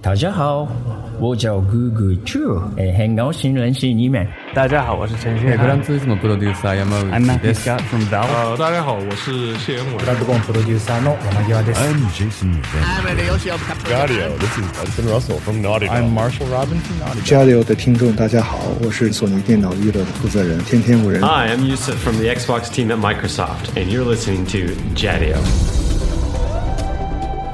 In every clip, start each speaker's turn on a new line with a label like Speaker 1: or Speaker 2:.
Speaker 1: 大家好，我叫 Google Chu，哎，很高兴认识你们。
Speaker 2: 大家好，我是陈旭。
Speaker 3: グランツーリスモプロデューサー山
Speaker 2: I'm
Speaker 3: 内
Speaker 2: Matthew
Speaker 3: です。
Speaker 2: Scott from Valve。
Speaker 4: 呃，大家好，我是谢恩文。
Speaker 5: I'm Jason Van.
Speaker 6: 交流的听众，大家好，我是索尼电脑娱乐的负责人天天五人。
Speaker 7: Hi, I'm Yusuf from the Xbox team at Microsoft, and you're listening to Jadio.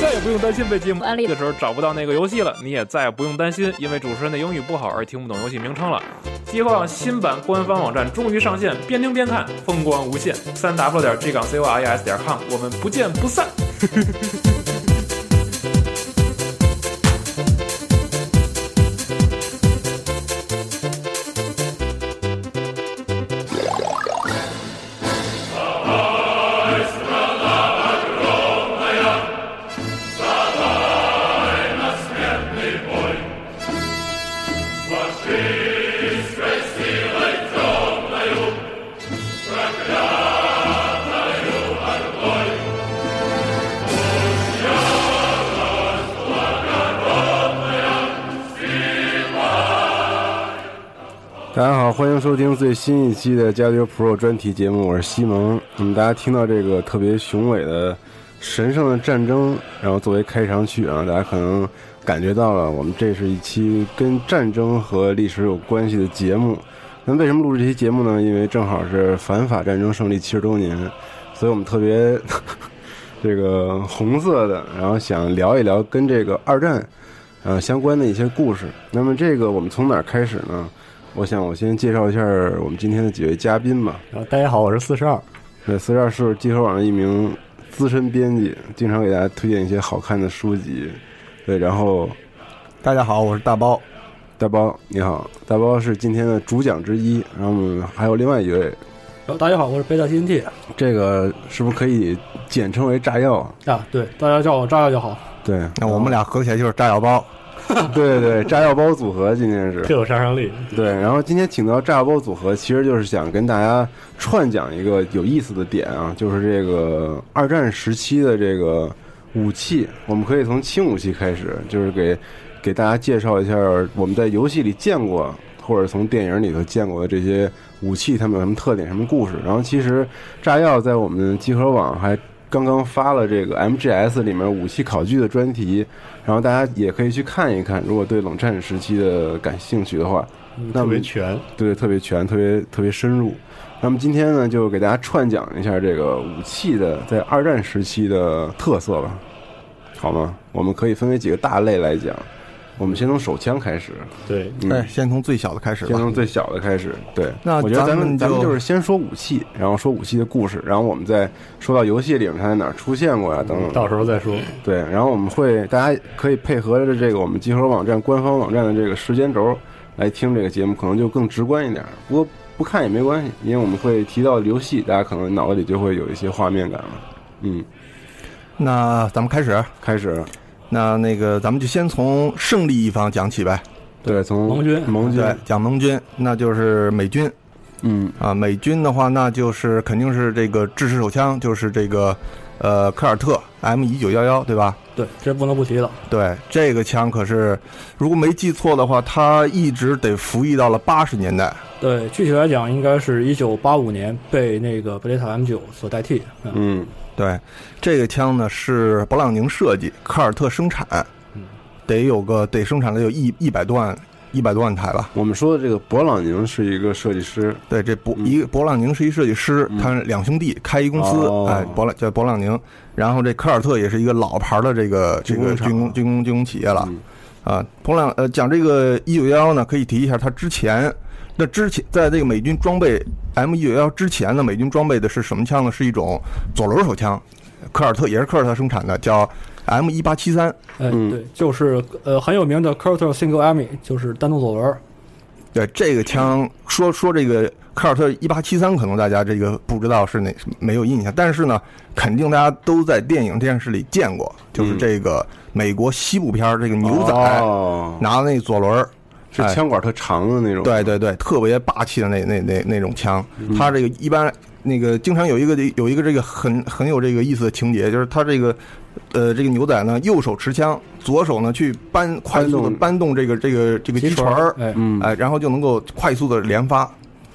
Speaker 8: 再也不用担心被节目安利的时候找不到那个游戏了，你也再也不用担心因为主持人的英语不好而听不懂游戏名称了。集合网新版官方网站终于上线，边听边看，风光无限。三 w 点 g 港 c o r e s 点 com，我们不见不散。
Speaker 9: 大家好，欢迎收听最新一期的《加丢 Pro》专题节目，我是西蒙。那么大家听到这个特别雄伟的、神圣的战争，然后作为开场曲啊，大家可能感觉到了，我们这是一期跟战争和历史有关系的节目。那为什么录这期节目呢？因为正好是反法战争胜利七十周年，所以我们特别 这个红色的，然后想聊一聊跟这个二战呃相关的一些故事。那么这个我们从哪儿开始呢？我想我先介绍一下我们今天的几位嘉宾吧。
Speaker 3: 啊
Speaker 2: 大家好，我是四十二。
Speaker 9: 对，四十二是集合网的一名资深编辑，经常给大家推荐一些好看的书籍。对，然后
Speaker 3: 大家好，我是大包。
Speaker 9: 大包你好，大包是今天的主讲之一。然后我们还有另外一位，
Speaker 10: 大家好，我是北大 TNT
Speaker 9: 这个是不是可以简称为炸药啊？
Speaker 10: 啊，对，大家叫我炸药就好。
Speaker 9: 对，
Speaker 3: 那我们俩合起来就是炸药包。
Speaker 9: 对对，炸药包组合今天是。
Speaker 10: 特有杀伤力，
Speaker 9: 对，然后今天请到炸药包组合，其实就是想跟大家串讲一个有意思的点啊，就是这个二战时期的这个武器，我们可以从轻武器开始，就是给给大家介绍一下我们在游戏里见过，或者从电影里头见过的这些武器，它们有什么特点、什么故事。然后其实炸药在我们集合网还刚刚发了这个 MGS 里面武器考据的专题，然后大家也可以去看一看，如果对冷战时期的感兴趣的话。那
Speaker 10: 特
Speaker 9: 我
Speaker 10: 别
Speaker 9: 们
Speaker 10: 全。
Speaker 9: 对，特别全，特别特别深入。那么今天呢，就给大家串讲一下这个武器的在二战时期的特色吧，好吗？我们可以分为几个大类来讲。我们先从手枪开始，
Speaker 10: 对，
Speaker 9: 嗯
Speaker 3: 哎，先从最小的开始
Speaker 9: 先
Speaker 3: 吧。
Speaker 9: 从最小的开始。对，
Speaker 3: 那
Speaker 9: 我觉得
Speaker 3: 咱
Speaker 9: 咱
Speaker 3: 们
Speaker 9: 们咱们
Speaker 3: 就
Speaker 9: 就是先说武器，然后说武器的故事，然后我们再说到游戏里面它在哪儿出现过呀、等等。
Speaker 10: 到时候再说。
Speaker 9: 对，然后我们会大家可以配合着这个我们集合网站官方网站的这个时间轴来听这个节目，可能就更直观一点儿。不过不看也没关系，因为我们会提到游戏，大家可能脑子里就会有一些画面感了。嗯，
Speaker 3: 那咱们开始。
Speaker 9: 开始，
Speaker 3: 那那个，咱们就先从胜利一方讲起呗。
Speaker 9: 对，从
Speaker 10: 盟军
Speaker 9: 盟军，
Speaker 3: 对，讲盟军，那就是美军
Speaker 9: 嗯，
Speaker 3: 啊。美军的话，那就是肯定是这个制式手枪，就是这个呃科尔特 M 一九幺幺，对吧？
Speaker 10: 对，这不能不提的。
Speaker 3: 对，这个枪可是，如果没记错的话，它一直得服役到了八十年代。
Speaker 10: 对，具体来讲，应该是一九八五年被那个贝雷塔 M 九所代替。嗯，
Speaker 9: 嗯，
Speaker 3: 对，这个枪呢是勃朗宁设计，科尔特生产，得有个得生产了有一一百多万一百多万台吧。
Speaker 9: 我们说的这个勃朗宁是一个设计师，
Speaker 3: 对，这
Speaker 9: 嗯
Speaker 3: 勃一个勃朗宁是一设计师，他两兄弟开一公司，
Speaker 9: 哦
Speaker 3: 哎，勃朗叫勃朗宁，然后这科尔特也是一个老牌的这个这个
Speaker 9: 军工厂嗯
Speaker 3: 军工军工军工企业了，啊，勃朗呃讲这个一九幺幺呢，可以提一下他之前。那之前，在这个美军装备 M 一九幺之前呢，美军装备的是什么枪呢？是一种左轮手枪，科尔特也是科尔特生产的，叫 M 一八七三。
Speaker 10: 呃，对，就是呃很有名的 c u r t e Single Army，就是单动左轮。
Speaker 3: 对这个枪，说说这个凯尔特一八七三，可能大家这个不知道是哪没有印象，但是呢，肯定大家都在电影、电视里见过，就是这个美国西部片儿，这个牛仔、
Speaker 9: 哦
Speaker 3: 拿那左轮儿，
Speaker 9: 是枪管特长的那种。
Speaker 3: 哎对对对，特别霸气的那那那那种枪，它这个一般那个经常有一个有一个这个很很有这个意思的情节，就是他这个呃这个牛仔呢，右手持枪，左手呢去搬快速的搬动这个这个这个击
Speaker 10: 击
Speaker 3: 锤
Speaker 10: 锤
Speaker 3: 儿，
Speaker 10: 哎
Speaker 9: 嗯
Speaker 3: 哎，然后就能够快速的连发，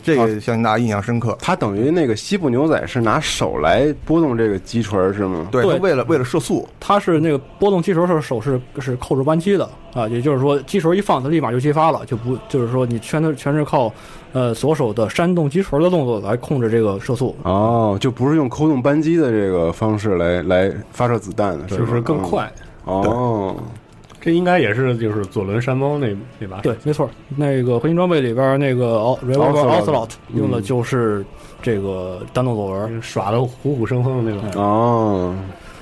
Speaker 3: 这个相信大家印象深刻。
Speaker 9: 他等于那个西部牛仔是拿手来拨动这个击锤儿是吗？
Speaker 3: 对，
Speaker 10: 对
Speaker 3: 他为了为了射速，
Speaker 10: 它是那个波动击球的时候手是是扣住扳机的啊，也就是说击球一放，它立马就击发了，就不就是说你全都全是靠呃左手的扇动击球的动作来控制这个射速。
Speaker 9: 哦，就不是用扣动扳机的这个方式来来发射子弹的，
Speaker 11: 就是更快。
Speaker 9: 嗯哦，
Speaker 11: 这应该也是就是左轮山猫那那把手
Speaker 10: 对，没错，那个核心装备里边那个 Al- Revolver
Speaker 11: Ocelot
Speaker 10: Ocelot
Speaker 11: 嗯
Speaker 10: 用的就是这个单动左轮，
Speaker 11: 耍的虎虎生风的那种。
Speaker 9: 哦，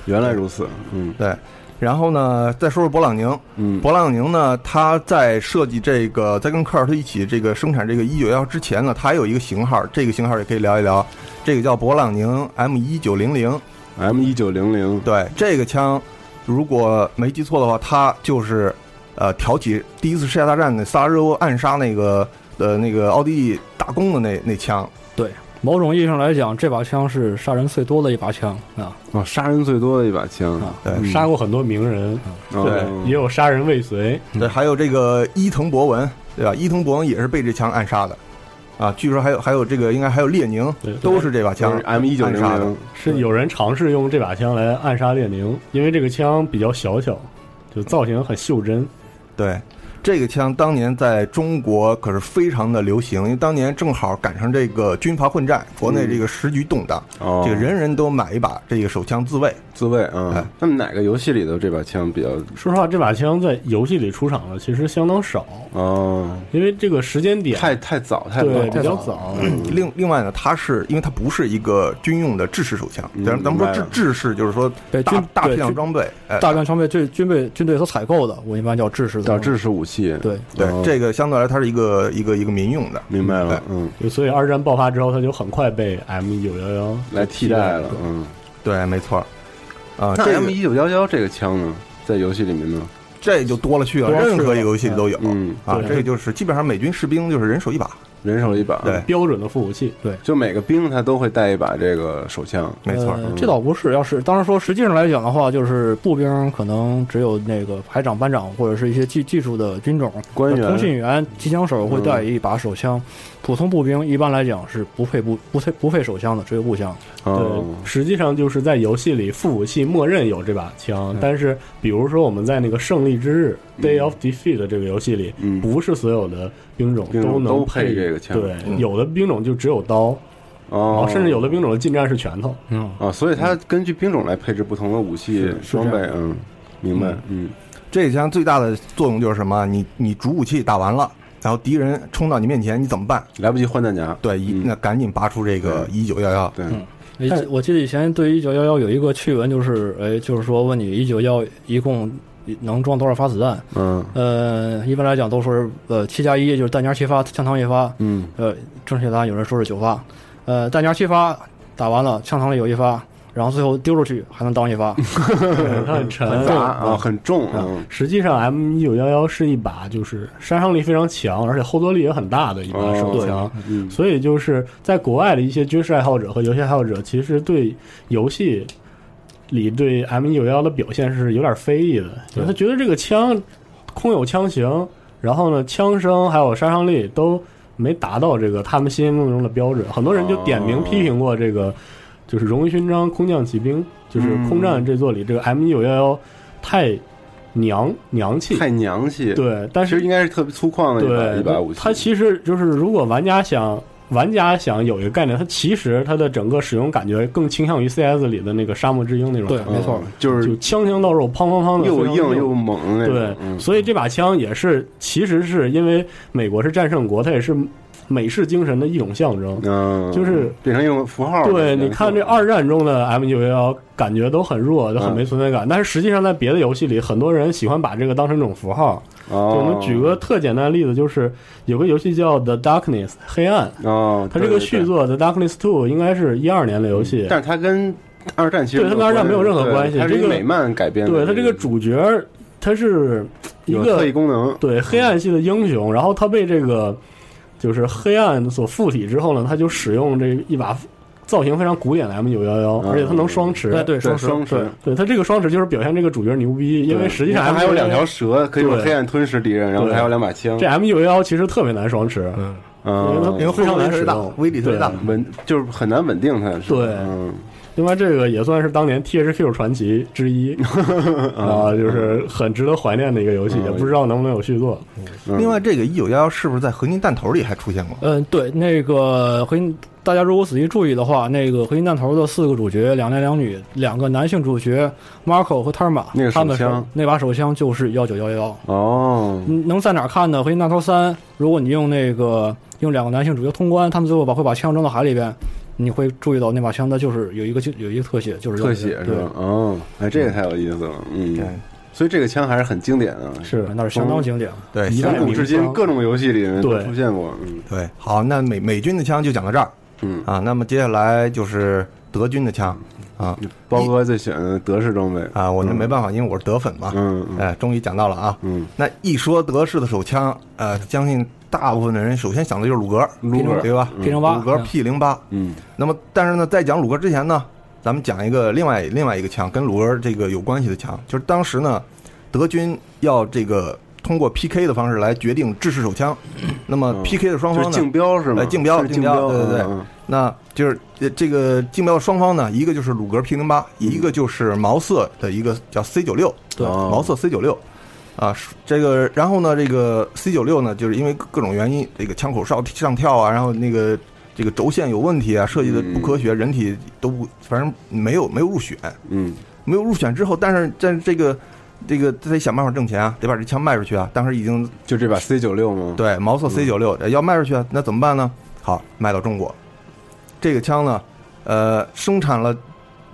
Speaker 9: 原来如此，嗯，
Speaker 3: 对。然后呢，再说说勃朗宁。
Speaker 9: 嗯
Speaker 3: 勃朗宁呢，他在设计这个，在跟科尔特一起这个生产这个一九幺之前呢，他还有一个型号，这个型号也可以聊一聊。这个叫勃朗宁 M 一九零零。
Speaker 9: M 一九零零，
Speaker 3: 对，这个枪如果没记错的话，它就是呃挑起第一次世界大战的萨拉热窝暗杀那个呃那个奥地利大公的那那枪。
Speaker 10: 对，某种意义上来讲，这把枪是杀人最多的一把枪啊。
Speaker 9: 哦，杀人最多的一把枪，
Speaker 3: 对
Speaker 9: 嗯
Speaker 11: 啊杀过很多名人，
Speaker 9: 哦
Speaker 11: 对，也有杀人未遂。
Speaker 3: 对，还有这个伊藤博文，对吧？伊藤博文也是被这枪暗杀的，啊，据说还有还有这个应该还有列宁，都是这把枪
Speaker 9: 就是 M 一九
Speaker 3: 暗
Speaker 9: 零
Speaker 3: 杀的
Speaker 9: 零。，
Speaker 11: 是有人尝试用这把枪来暗杀列宁，因为这个枪比较小巧，就造型很袖珍。
Speaker 3: 对，这个枪当年在中国可是非常的流行，因为当年正好赶上这个军阀混战，国内这个时局动荡，
Speaker 9: 哦
Speaker 3: 这个人人都买一把这个手枪自卫。
Speaker 9: 自卫啊。那么哪个游戏里头这把枪比较？
Speaker 11: 说实话，这把枪在游戏里出场的其实相当少，
Speaker 9: 哦，
Speaker 11: 因为这个时间点
Speaker 9: 太太早，太嗯
Speaker 11: 对
Speaker 9: 早
Speaker 11: 比较早。
Speaker 3: 另另外呢，它是因为它不是一个军用的制式手枪，咱咱们说
Speaker 9: 嗯明白
Speaker 3: 制
Speaker 9: 了
Speaker 3: 制式就是说
Speaker 10: 对
Speaker 3: 大
Speaker 10: 军
Speaker 3: 大批
Speaker 10: 对
Speaker 3: 量
Speaker 10: 军
Speaker 3: 装备，哎
Speaker 10: 大量装备军军备军队所采购的，我一般叫制式的。
Speaker 9: 叫制式武器，
Speaker 10: 对
Speaker 3: 对
Speaker 9: 哦
Speaker 3: 这个相对来它是一个一个一个民用的，
Speaker 9: 明白
Speaker 3: 对
Speaker 9: 了，嗯，
Speaker 11: 就所以二战爆发之后，它就很快被 M 九幺幺
Speaker 9: 来替代了，嗯。
Speaker 3: 对，没错。啊，
Speaker 9: 那
Speaker 3: 这
Speaker 9: M
Speaker 3: 个
Speaker 9: 一九幺幺这个枪呢，在游戏里面呢，
Speaker 3: 这就多了去了，
Speaker 11: 多了去
Speaker 3: 任何一
Speaker 11: 了
Speaker 3: 个游戏里都有
Speaker 9: 嗯，
Speaker 3: 啊。
Speaker 11: 对
Speaker 3: 这个就是基本上美军士兵就是人手一把，
Speaker 9: 人手一把，
Speaker 3: 对
Speaker 11: 标准的副武器。
Speaker 9: 就每个兵他都会带一把这个手枪，
Speaker 3: 没错。
Speaker 11: 嗯
Speaker 9: 嗯
Speaker 10: 呃，这倒不是。要是当然说，实际上来讲的话，就是步兵可能只有那个排长、班长或者是一些技技术的军种、呃
Speaker 9: 官员嗯
Speaker 10: 通信员、机枪手会带一把手枪。普通步兵一般来讲是不配步不配不配手枪的，只有步枪。
Speaker 9: 哦
Speaker 11: 对，实际上就是在游戏里副武器默认有这把
Speaker 9: 嗯
Speaker 11: 枪，但是比如说我们在那个《胜利之日》（Day
Speaker 10: 嗯
Speaker 11: of Defeat） 的这个游戏里，
Speaker 9: 嗯
Speaker 11: 不是所有的兵种
Speaker 9: 兵种
Speaker 11: 能
Speaker 9: 都
Speaker 11: 配
Speaker 9: 配这个枪
Speaker 11: 对，
Speaker 9: 嗯
Speaker 11: 有的兵种就只有刀，然
Speaker 9: 哦
Speaker 11: 后，甚至有的兵种的近战是拳头。
Speaker 10: 嗯
Speaker 9: 啊，所以它根据兵种来配置不同的武器装备，嗯，明白，嗯，
Speaker 3: 这枪最大的作用就是什么？你你主武器打完了，然后敌人冲到你面前，你怎么办？
Speaker 9: 来不及换弹夹，
Speaker 3: 对，一
Speaker 9: 嗯
Speaker 3: 那赶紧拔出这个一九幺幺。
Speaker 9: 对，
Speaker 11: 嗯
Speaker 10: 哎我记得以前对一九幺幺有一个趣闻，就是哎，就是说问你一九幺一共能装多少发子弹？
Speaker 9: 嗯
Speaker 10: 呃，一般来讲都说是呃七加一，就是弹夹七发，枪膛一发。
Speaker 9: 嗯，
Speaker 10: 呃，正确答案有人说是九发，呃，弹夹七发打完了，枪膛里有一发，然后最后丢出去还能当 一发。
Speaker 11: 它很沉，
Speaker 9: 砸啊，很重，嗯，
Speaker 11: 实际上，M 一九幺幺是一把就是杀伤力非常强，而且后坐力也很大的一把
Speaker 9: 哦
Speaker 11: 手枪。
Speaker 9: 嗯
Speaker 11: 所以就是在国外的一些军事爱好者和游戏爱好者，其实对游戏里对 M 一九幺的表现是有点非议的，因为他觉得这个枪空有枪型，然后呢，枪声还有杀伤力都没达到这个他们心目中的标准。很多
Speaker 9: 哦
Speaker 11: 人就点名批评过这个，就是荣誉勋章空降骑兵，就是
Speaker 9: 嗯
Speaker 11: 空战这座里这个 M 一九幺幺太娘娘气，
Speaker 9: 嗯太娘气，，
Speaker 11: 对，但
Speaker 9: 其
Speaker 11: 是
Speaker 9: 实应该是特别粗犷的一把
Speaker 11: 对
Speaker 9: 一把武器，
Speaker 11: 它其实就是如果玩家想玩家想有一个概念，它其实它的整个使用感觉更倾向于 CS 里的那个沙漠之鹰那种
Speaker 10: 对
Speaker 11: 感觉。
Speaker 10: 没错
Speaker 11: 就是枪枪到肉，砰砰砰的，
Speaker 9: 嗯又
Speaker 11: 非常
Speaker 9: 硬
Speaker 11: 溜
Speaker 9: 又猛那种
Speaker 11: 对，
Speaker 9: 嗯
Speaker 11: 所以这把枪也是，其实是因为美国是战胜国，它也是美式精神的一种象征。
Speaker 9: 嗯，
Speaker 11: 就是
Speaker 9: 变成一种符号了。
Speaker 11: 对，你看这二战中的 M 九幺幺，感觉都很弱，都
Speaker 9: 嗯
Speaker 11: 很没存在感。但是实际上，在别的游戏里，很多人喜欢把这个当成一种符号。
Speaker 9: 哦
Speaker 11: 就我们举个特简单的例子，就是有个游戏叫《The Darkness》黑暗，
Speaker 9: 哦，
Speaker 11: 它这个
Speaker 9: 对对对
Speaker 11: 续作《The Darkness Two》应该是一二年的游戏，
Speaker 9: 但是它跟二战其实
Speaker 11: 对它跟二战没有任何关系
Speaker 9: 对它是
Speaker 11: 这
Speaker 9: 一
Speaker 11: 个
Speaker 9: 美漫改编的。
Speaker 11: 对他这个主角儿，他是一
Speaker 9: 有
Speaker 11: 个
Speaker 9: 特异功能，
Speaker 11: 对黑暗系的英雄，然后他被这个就是黑暗所附体之后呢，他就使用这一把造型非常古典的 M 九幺幺，而且他能双持，
Speaker 10: 哎对
Speaker 11: 双
Speaker 10: 双持双持
Speaker 11: 对他这个双持就是表现这个主角牛逼，因为实际上
Speaker 9: 它
Speaker 11: M
Speaker 9: 还有两条蛇可以用
Speaker 11: 对
Speaker 9: 黑暗吞噬敌人，然后
Speaker 11: 对
Speaker 9: 还有两把枪。
Speaker 11: 这 M 九幺幺其实特别难双持，
Speaker 9: 嗯，
Speaker 11: 因为它非常难使用，对嗯
Speaker 9: 稳就是嗯很难稳定它。
Speaker 11: 对，另外这个也算是当年 THQ 传奇之 一啊，
Speaker 9: 嗯
Speaker 11: 就是很值得怀念的一个游戏，也不知道能不能有续作。
Speaker 9: 嗯
Speaker 3: 另外，这个一九幺幺是不是在合金弹头里还出现过？
Speaker 10: 嗯，对，那个合金，大家如果仔细注意的话，那个合金弹头的四个主角，两男两女，两个男性主角 Marco 和 Tarma，
Speaker 9: 那个手
Speaker 10: 他们手
Speaker 9: 枪
Speaker 10: 那把手枪就是幺九幺幺。
Speaker 9: 哦，
Speaker 10: 嗯能在哪儿看呢？合金弹头三，如果你用那个用两个男性主角通关，他们最后把会把枪扔到海里边，你会注意到那把枪它就是有一个有一个特写，就是
Speaker 9: 特写
Speaker 10: 191
Speaker 9: 是
Speaker 10: 对
Speaker 9: 吧？哦，哎，这个太有意思了，嗯，对，所以这个枪还是很经典的，
Speaker 11: 是
Speaker 10: 那是相当经典
Speaker 3: 对
Speaker 9: 从
Speaker 3: 一代
Speaker 9: 古
Speaker 3: 名
Speaker 9: 至今
Speaker 3: 枪
Speaker 9: 各种游戏里面都
Speaker 3: 对
Speaker 9: 出现过，嗯，
Speaker 3: 对，好，那美美军的枪就讲到这儿，
Speaker 9: 嗯
Speaker 3: 啊，那么接下来就是德军的枪
Speaker 11: 嗯
Speaker 3: 啊，
Speaker 9: 包哥最喜欢的德式装备
Speaker 3: 啊，我那没办法，因为我是德粉嘛，
Speaker 9: 嗯，
Speaker 3: 哎，终于讲到了啊，
Speaker 9: 嗯，
Speaker 3: 那一说德式的手枪，呃，相信大部分的人首先想的就是鲁格，
Speaker 9: 鲁格
Speaker 3: 对吧
Speaker 10: P 零八
Speaker 3: 鲁格
Speaker 10: 嗯
Speaker 3: P 零八，
Speaker 9: 嗯，
Speaker 3: 那么但是呢，在讲鲁格之前呢，咱们讲一个另外另外一个枪，跟鲁格这个有关系的枪，就是当时呢，德军要这个通过 PK 的方式来决定制式手枪，那么 PK 的双方呢，
Speaker 9: 嗯就是竞标是吗
Speaker 3: 哎竞标，
Speaker 9: 是
Speaker 3: 竞
Speaker 9: 竞标
Speaker 3: 对对对
Speaker 9: 嗯嗯。
Speaker 3: 那就是呃这个竞标的双方呢，一个就是鲁格 P 零八，
Speaker 9: 嗯
Speaker 3: 一个就是毛瑟的一个叫 C 九六，
Speaker 10: 对
Speaker 9: 哦
Speaker 3: 毛瑟 C 九六。啊，是这个，然后呢，这个 C 九六呢，就是因为各各种原因，这个枪口上上跳啊，然后那个这个轴线有问题啊，设计的不科学，人体都不，反正没有没有入选，
Speaker 9: 嗯，
Speaker 3: 没有入选之后，但是但是这个这个得想办法挣钱啊，得把这枪卖出去啊。当时已经
Speaker 9: 就这把 C 九六吗？
Speaker 3: 对，毛瑟 C 九六要卖出去啊，那怎么办呢？好，卖到中国，这个枪呢，呃，生产了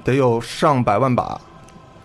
Speaker 3: 得有上百万把，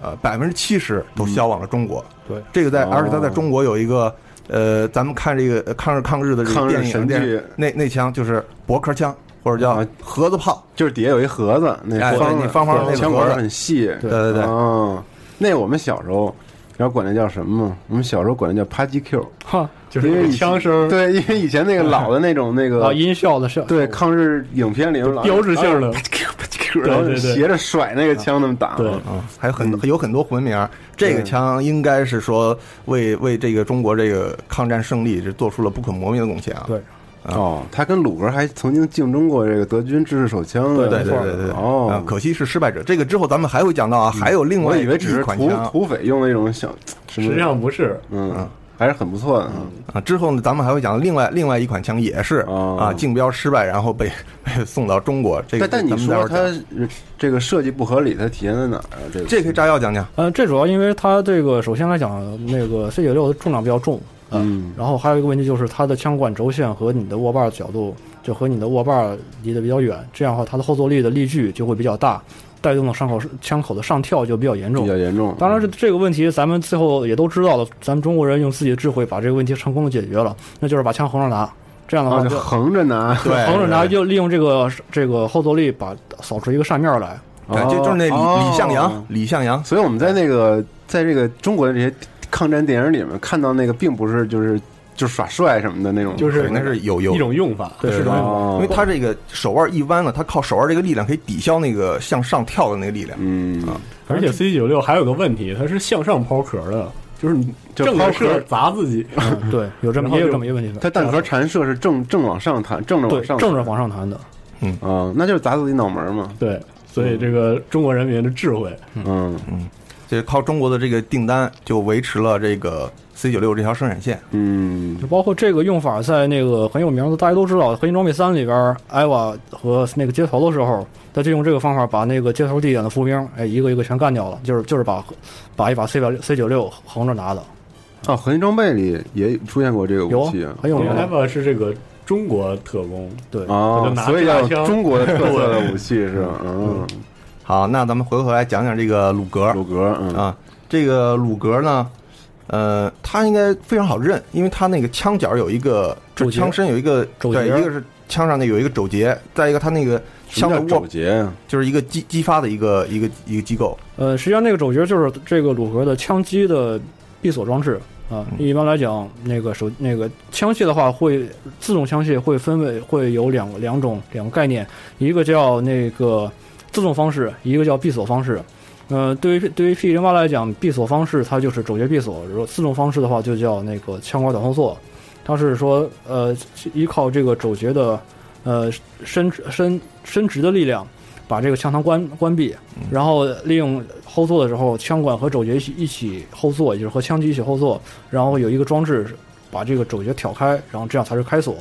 Speaker 3: 呃，百分之七十都销往了中国。
Speaker 10: 对
Speaker 3: 这个在而且它在
Speaker 9: 嗯哦
Speaker 3: 中国有一个呃，咱们看这个呃抗日抗日的这
Speaker 9: 抗
Speaker 3: 个
Speaker 9: 日
Speaker 3: 电影
Speaker 9: 神
Speaker 3: 电
Speaker 9: 剧啊
Speaker 3: 那那枪就是驳壳枪或者叫盒子炮，
Speaker 9: 就是底下有一盒子，那
Speaker 3: 哎
Speaker 9: 方
Speaker 3: 对
Speaker 9: 的
Speaker 3: 你方方的那个
Speaker 9: 枪
Speaker 3: 盒
Speaker 9: 管
Speaker 3: 子
Speaker 9: 很细，
Speaker 3: 对对对
Speaker 9: 哦，那我们小时候。然后管那叫什么吗？我们小时候管那叫啪叽 Q，
Speaker 10: 哈，
Speaker 11: 就是
Speaker 9: 因为
Speaker 11: 那
Speaker 9: 以
Speaker 11: 个
Speaker 9: 前
Speaker 11: 枪声，
Speaker 9: 对，因为以前那个老的那种 那个
Speaker 10: 啊音效的效
Speaker 9: 对抗日影片里有老
Speaker 11: 标志性的
Speaker 9: 啪叽 Q 啪叽 Q，
Speaker 11: 对
Speaker 9: 然后
Speaker 11: 对对
Speaker 9: 斜着甩那个枪那么打，
Speaker 11: 对
Speaker 3: 啊，还有很
Speaker 9: 嗯
Speaker 3: 多有很多魂名儿。这个枪应该是说为为这个中国这个抗战胜利是做出了不可磨灭的贡献啊。
Speaker 10: 对，
Speaker 9: 哦，他跟鲁格还曾经竞争过这个德军制式手枪的，
Speaker 3: 对
Speaker 9: 没
Speaker 3: 对
Speaker 9: 错
Speaker 3: 对对，啊
Speaker 9: 哦，嗯
Speaker 3: 可惜是失败者。这个之后咱们还会讲到啊，还有另
Speaker 9: 我
Speaker 3: 外
Speaker 9: 以为只
Speaker 3: 一
Speaker 9: 是
Speaker 3: 款
Speaker 9: 土
Speaker 3: 枪
Speaker 9: 土匪用那种小，实
Speaker 11: 实际上不是，
Speaker 9: 嗯，还是很不错的，
Speaker 3: 啊。之后呢，咱们还会讲另外另外一款枪也是
Speaker 9: 哦
Speaker 3: 啊，竞标失败，然后被 被送到中国。这个
Speaker 9: 但但你
Speaker 3: 咱们待会
Speaker 9: 说
Speaker 3: 儿讲
Speaker 9: 它这个设计不合理，它体现在哪儿啊？这个
Speaker 3: 这可以炸药讲讲。
Speaker 10: 呃，这主要因为它这个首先来讲，那个 C 九六的重量比较重，呃
Speaker 9: 嗯，
Speaker 10: 然后还有一个问题就是它的枪管轴线和你的握把角度就和你的握把离得比较远，这样的话它的后坐力的力矩就会比较大，带动的伤口枪口的上跳就比较严重
Speaker 9: 比。较严重，
Speaker 10: 当然，这这个问题咱们最后也都知道了，咱们中国人用自己的智慧把这个问题成功的解决了，那就是把枪横着拿，这样的
Speaker 9: 啊，
Speaker 10: 话
Speaker 9: 就
Speaker 10: 就
Speaker 9: 横着拿，
Speaker 3: 对
Speaker 10: 横着拿就利用这个这个后坐力把扫出一个扇面来。
Speaker 3: 对，就就是那李
Speaker 9: 哦
Speaker 3: 李向阳，李向阳，
Speaker 9: 所以我们在那个在这个中国的这些抗战电影里面看到那个，并不是就是就耍帅什么的那种，
Speaker 11: 就是
Speaker 3: 那是有有
Speaker 11: 一种用法，
Speaker 3: 对，
Speaker 11: 是吧
Speaker 9: 哦
Speaker 3: 因为他这个手腕一弯了，他靠手腕这个力量可以抵消那个向上跳的那个力量。
Speaker 9: 嗯，
Speaker 11: 而且 C 九六还有个问题，它是向上抛壳的，就是你
Speaker 9: 就
Speaker 11: 正
Speaker 9: 抛
Speaker 11: 着
Speaker 9: 壳
Speaker 11: 射砸自 己。
Speaker 10: 嗯对，有这
Speaker 11: 嗯
Speaker 10: 么
Speaker 11: 然后
Speaker 10: 也有
Speaker 11: 就
Speaker 10: 这么一个问题。
Speaker 9: 他弹壳弹射是正正往上弹，正着
Speaker 10: 对
Speaker 9: 往上，
Speaker 10: 正着往上弹的。
Speaker 3: 嗯
Speaker 9: 啊，那就是砸自己脑门嘛，
Speaker 11: 对，所以这个中国人民的智慧，
Speaker 9: 嗯嗯。
Speaker 3: 就是靠中国的这个订单就维持了这个 C 九六这条生产线。
Speaker 9: 嗯，
Speaker 10: 就包括这个用法在那个很有名的，大家都知道《合金装备三》里边，艾娃和那个接头的时候，他就用这个方法把那个接头地点的伏兵，哎，一个一个全干掉了，就是就是把把一把 C 表 C 九六横着拿的。
Speaker 9: 啊，合金装备里也出现过这个武器
Speaker 10: 有啊
Speaker 9: 啊，
Speaker 10: 很有名
Speaker 11: 艾娃是这个中国特工，
Speaker 10: 对
Speaker 9: 啊
Speaker 11: 就，拿
Speaker 9: 所以要有中国的特色的武
Speaker 3: 器。
Speaker 9: 器是吧？嗯，
Speaker 3: 好，那咱们回过头来讲讲这个鲁格。鲁
Speaker 9: 格、嗯
Speaker 3: 啊，这个鲁格呢，呃，它应该非常好认，因为它那个枪角有一个，就
Speaker 9: 肘
Speaker 3: 是
Speaker 9: 节
Speaker 3: 枪身有一个，
Speaker 9: 肘节
Speaker 3: 对，一个是枪上那有一个肘节，再一个它那个枪的
Speaker 9: 什么叫
Speaker 3: 握
Speaker 9: 肘节，啊
Speaker 3: 就是一个激激发的一个一个一个机构。
Speaker 10: 呃，实际上那个肘节就是这个鲁格的枪机的闭锁装置啊。一般来讲，那个手那个枪械的话会，自动枪械会分为会有两个两种两个概念，一个叫那个自动方式，一个叫闭锁方式。呃，对于对于 P 零八来讲，闭锁方式它就是肘节闭锁，如果自动方式的话就叫那个枪管短后锁。它是说，呃，依靠这个肘节的，呃，伸伸伸直的力量，把这个枪膛关关闭，然后利用后座的时候，枪管和肘节一起一起后座，也就是和枪机一起后座，然后有一个装置把这个肘节挑开，然后这样才是开锁。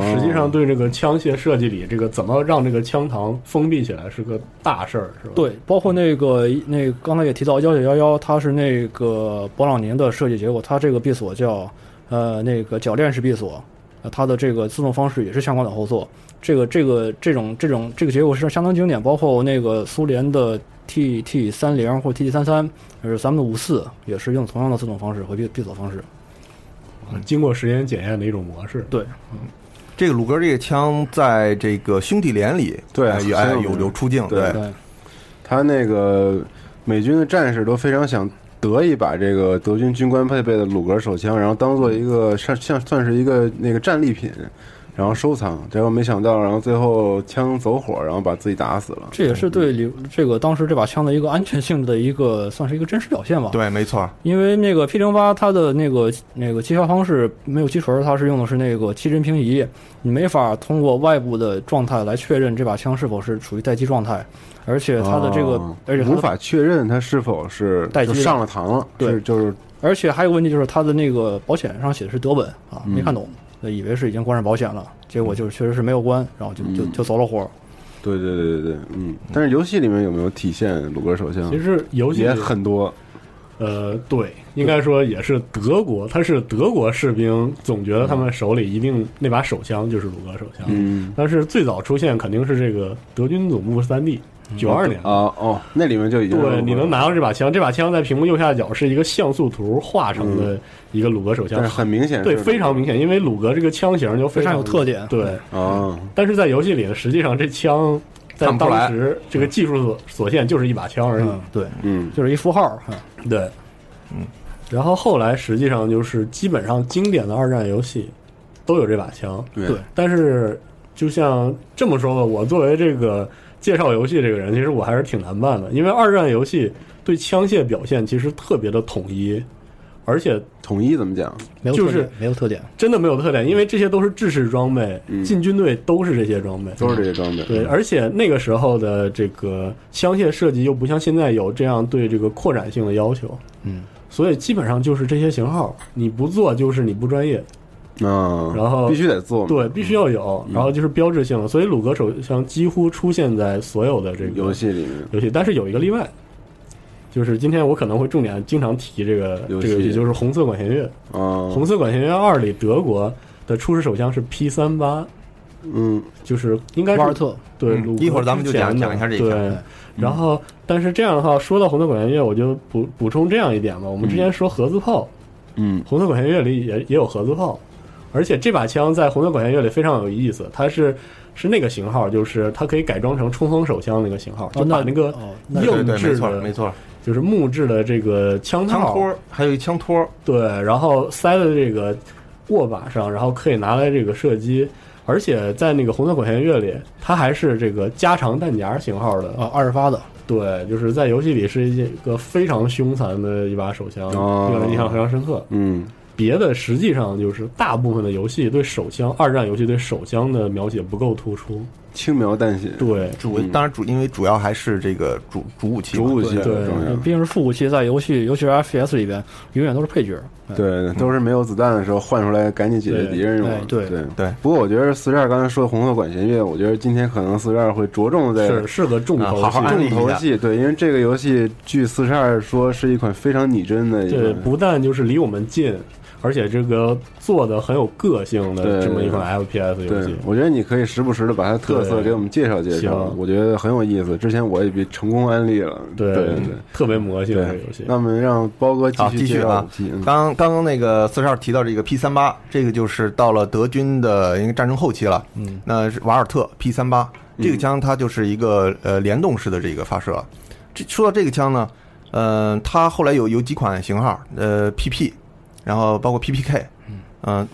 Speaker 11: 就是实际上对这个枪械设计里，这个怎么让这个枪膛封闭起来是个大事儿，是吧？
Speaker 10: 对，包括那个那个刚才也提到幺九幺幺，它是那个勃朗宁的设计结果，它这个闭锁叫呃那个铰链式闭锁，呃它的这个自动方式也是相关的后座。这个这个这种这种这个结果是相当经典，包括那个苏联的 T T 三零或 T T 三三，就是咱们的五四也是用同样的自动方式和闭闭锁方式。
Speaker 11: 经过时间检验的一种模式。
Speaker 10: 对，
Speaker 3: 这个鲁格这个枪在这个兄弟连里，
Speaker 9: 对
Speaker 3: 呃，有
Speaker 9: 很
Speaker 3: 有
Speaker 9: 名
Speaker 3: 有出镜，
Speaker 9: 嗯对，他那个美军的战士都非常想得一把这个德军军官配备的鲁格手枪，然后当做一个像像算是一个那个战利品，然后收藏。结果没想到，然后最后枪走火，然后把自己打死了。
Speaker 10: 这也是对李这个当时这把枪的一个安全性的一个算是一个真实表现吧。
Speaker 3: 对，没错。
Speaker 10: 因为那个 P 零八它的那个那个击杀方式没有击锤，它是用的是那个七针平移，你没法通过外部的状态来确认这把枪是否是处于待机状态，而且它的这个，
Speaker 11: 啊
Speaker 9: 哦
Speaker 10: 而且它
Speaker 9: 无法确认他是否是
Speaker 10: 待机
Speaker 9: 就上了膛了，
Speaker 10: 对
Speaker 9: 是就是
Speaker 10: 而且还有个问题就是它的那个保险上写的是德文啊，
Speaker 9: 嗯
Speaker 10: 没看懂，以为是已经关上保险了，结
Speaker 11: 嗯
Speaker 10: 果就是确实是没有关，然后就就就走了火。
Speaker 9: 对对对对对，嗯。但是游戏里面有没有体现鲁格手枪？
Speaker 11: 其实游戏里
Speaker 9: 也很多，
Speaker 11: 呃，对，应该说也是德国，他是德国士兵，总觉得他们手里一定那把手枪就是鲁格手枪。
Speaker 9: 嗯，
Speaker 11: 但是最早出现肯定是这个德军总部三 D，九二年。
Speaker 9: 啊哦，那里面就已经
Speaker 11: 对，你能拿到这把枪，这把枪在屏幕右下角是一个像素图画成的一个鲁格手枪，
Speaker 9: 嗯但是很明显是
Speaker 11: 对，非常明显，因为鲁格这个枪型就常
Speaker 10: 非常有特点
Speaker 11: 对，
Speaker 9: 啊，
Speaker 11: 但是在游戏里呢，实际上这枪在
Speaker 10: 看不出来
Speaker 11: 当时这个技术所所限就是一把枪而已，
Speaker 10: 嗯对，
Speaker 9: 嗯，
Speaker 10: 就是一符号。嗯
Speaker 11: 对，嗯，然后后来实际上就是基本上经典的二战游戏都有这把枪，
Speaker 9: 对
Speaker 11: 但是就像这么说吧，我作为这个介绍游戏这个人，其实我还是挺难办的，因为二战游戏对枪械表现其实特别的统一，而且
Speaker 9: 统一怎么讲？
Speaker 10: 没有特
Speaker 11: 就
Speaker 10: 点
Speaker 11: 是
Speaker 10: 没有特点，
Speaker 11: 真的没有特点，因为这些都是制式装备，进军队都是这些装备，
Speaker 9: 嗯都是这些装备。
Speaker 11: 对，而且那个时候的这个枪械设计又不像现在有这样对这个扩展性的要求，
Speaker 9: 嗯，
Speaker 11: 所以基本上就是这些型号，你不做就是你不专业，
Speaker 9: 啊，
Speaker 11: 然后
Speaker 9: 必须得做嘛，
Speaker 11: 对，必须要有，
Speaker 9: 嗯
Speaker 11: 然后就是标志性的，所以鲁格手枪几乎出现在所有的这个
Speaker 9: 游戏里面。
Speaker 11: 游戏，但是有一个例外，就是今天我可能会重点经常提这个这
Speaker 9: 游
Speaker 11: 个
Speaker 9: 戏
Speaker 11: 游戏，就是红色管弦乐，
Speaker 10: 嗯
Speaker 9: 啊，
Speaker 11: 红色管弦乐二里德国的初始手枪是 P 三八，
Speaker 9: 嗯，
Speaker 11: 就是应该是
Speaker 10: 瓦尔特
Speaker 11: 对，
Speaker 10: 嗯
Speaker 11: 鲁格
Speaker 10: 一会儿咱们就
Speaker 11: 之前
Speaker 10: 讲
Speaker 11: 的
Speaker 10: 讲一下这一嗯
Speaker 11: 对
Speaker 10: 项对。
Speaker 11: 然后，但是这样的话，说到红色管弦乐，我就补补充这样一点吧。我们之前说盒子炮，
Speaker 9: 嗯，
Speaker 11: 红色管弦乐里也也有盒子炮，而且这把枪在红色管弦乐里非常有意思，它是是那个型号，就是它可以改装成冲锋手枪那个型号，就把
Speaker 3: 哦那
Speaker 11: 那个
Speaker 3: 那
Speaker 11: 硬
Speaker 3: 对对
Speaker 11: 质
Speaker 3: 没错
Speaker 11: 的
Speaker 3: 没错，
Speaker 11: 就是木质的这个枪套
Speaker 3: 枪托儿，还有一枪托，
Speaker 11: 对，然后塞在这个握把上，然后可以拿来这个射击。而且在那个红色管弦乐里，它还是这个加长弹夹型号的
Speaker 10: 啊，二十发的。
Speaker 11: 对，就是在游戏里是一个非常凶残
Speaker 10: 啊
Speaker 11: 的一把手枪，
Speaker 9: 哦
Speaker 11: 令人印象非常深刻。
Speaker 9: 嗯，
Speaker 11: 别的实际上就是大部分的游戏对手枪，二战游戏对手枪的描写不够突出。
Speaker 9: 轻描淡写。
Speaker 11: 对，
Speaker 3: 主当然主因为主要还是这个主主武器嘛，
Speaker 9: 嗯主武器
Speaker 3: 对
Speaker 9: 对重要
Speaker 10: 毕竟是副武器，在游戏，尤其是 FPS 里边，永远都是配角。
Speaker 9: 对，都是没有子弹的时候换出来，赶紧解决敌人用
Speaker 11: 哎
Speaker 10: 对。对
Speaker 9: 对
Speaker 3: 对。
Speaker 9: 不过我觉得四十二刚才说的红色管弦乐，我觉得今天可能四十二会着重在
Speaker 11: 是是个重头戏
Speaker 9: 啊好好重头戏。对，因为这个游戏据四十二说是一款非常拟真的一
Speaker 11: 对，
Speaker 9: 款。
Speaker 11: 不但就是离我们近，而且这个做的很有个性的
Speaker 9: 对
Speaker 11: 这么一款 FPS 游
Speaker 9: 对
Speaker 11: 戏，，
Speaker 9: 我觉得你可以时不时的把它特色
Speaker 11: 对
Speaker 9: 给我们介绍介绍
Speaker 11: 行，
Speaker 9: 我觉得很有意思。之前我也被成功安利了，对对
Speaker 11: 特别魔性
Speaker 9: 对
Speaker 11: 这个游戏。
Speaker 9: 那么让包哥继
Speaker 3: 好，
Speaker 9: 续
Speaker 3: 继续
Speaker 9: 介绍
Speaker 3: 啊
Speaker 9: 武器。！嗯
Speaker 3: 刚刚刚那个四十二提到这个 P 三八，这个就是到了德军的应该战争后期了。
Speaker 11: 嗯，
Speaker 3: 那是瓦尔特 P 三八这个
Speaker 11: 嗯
Speaker 3: 枪，它就是一个呃联动式的这个发射。这说到这个枪呢，呃，它后来有有几款型号，呃 PP，然后包括 PPK，嗯、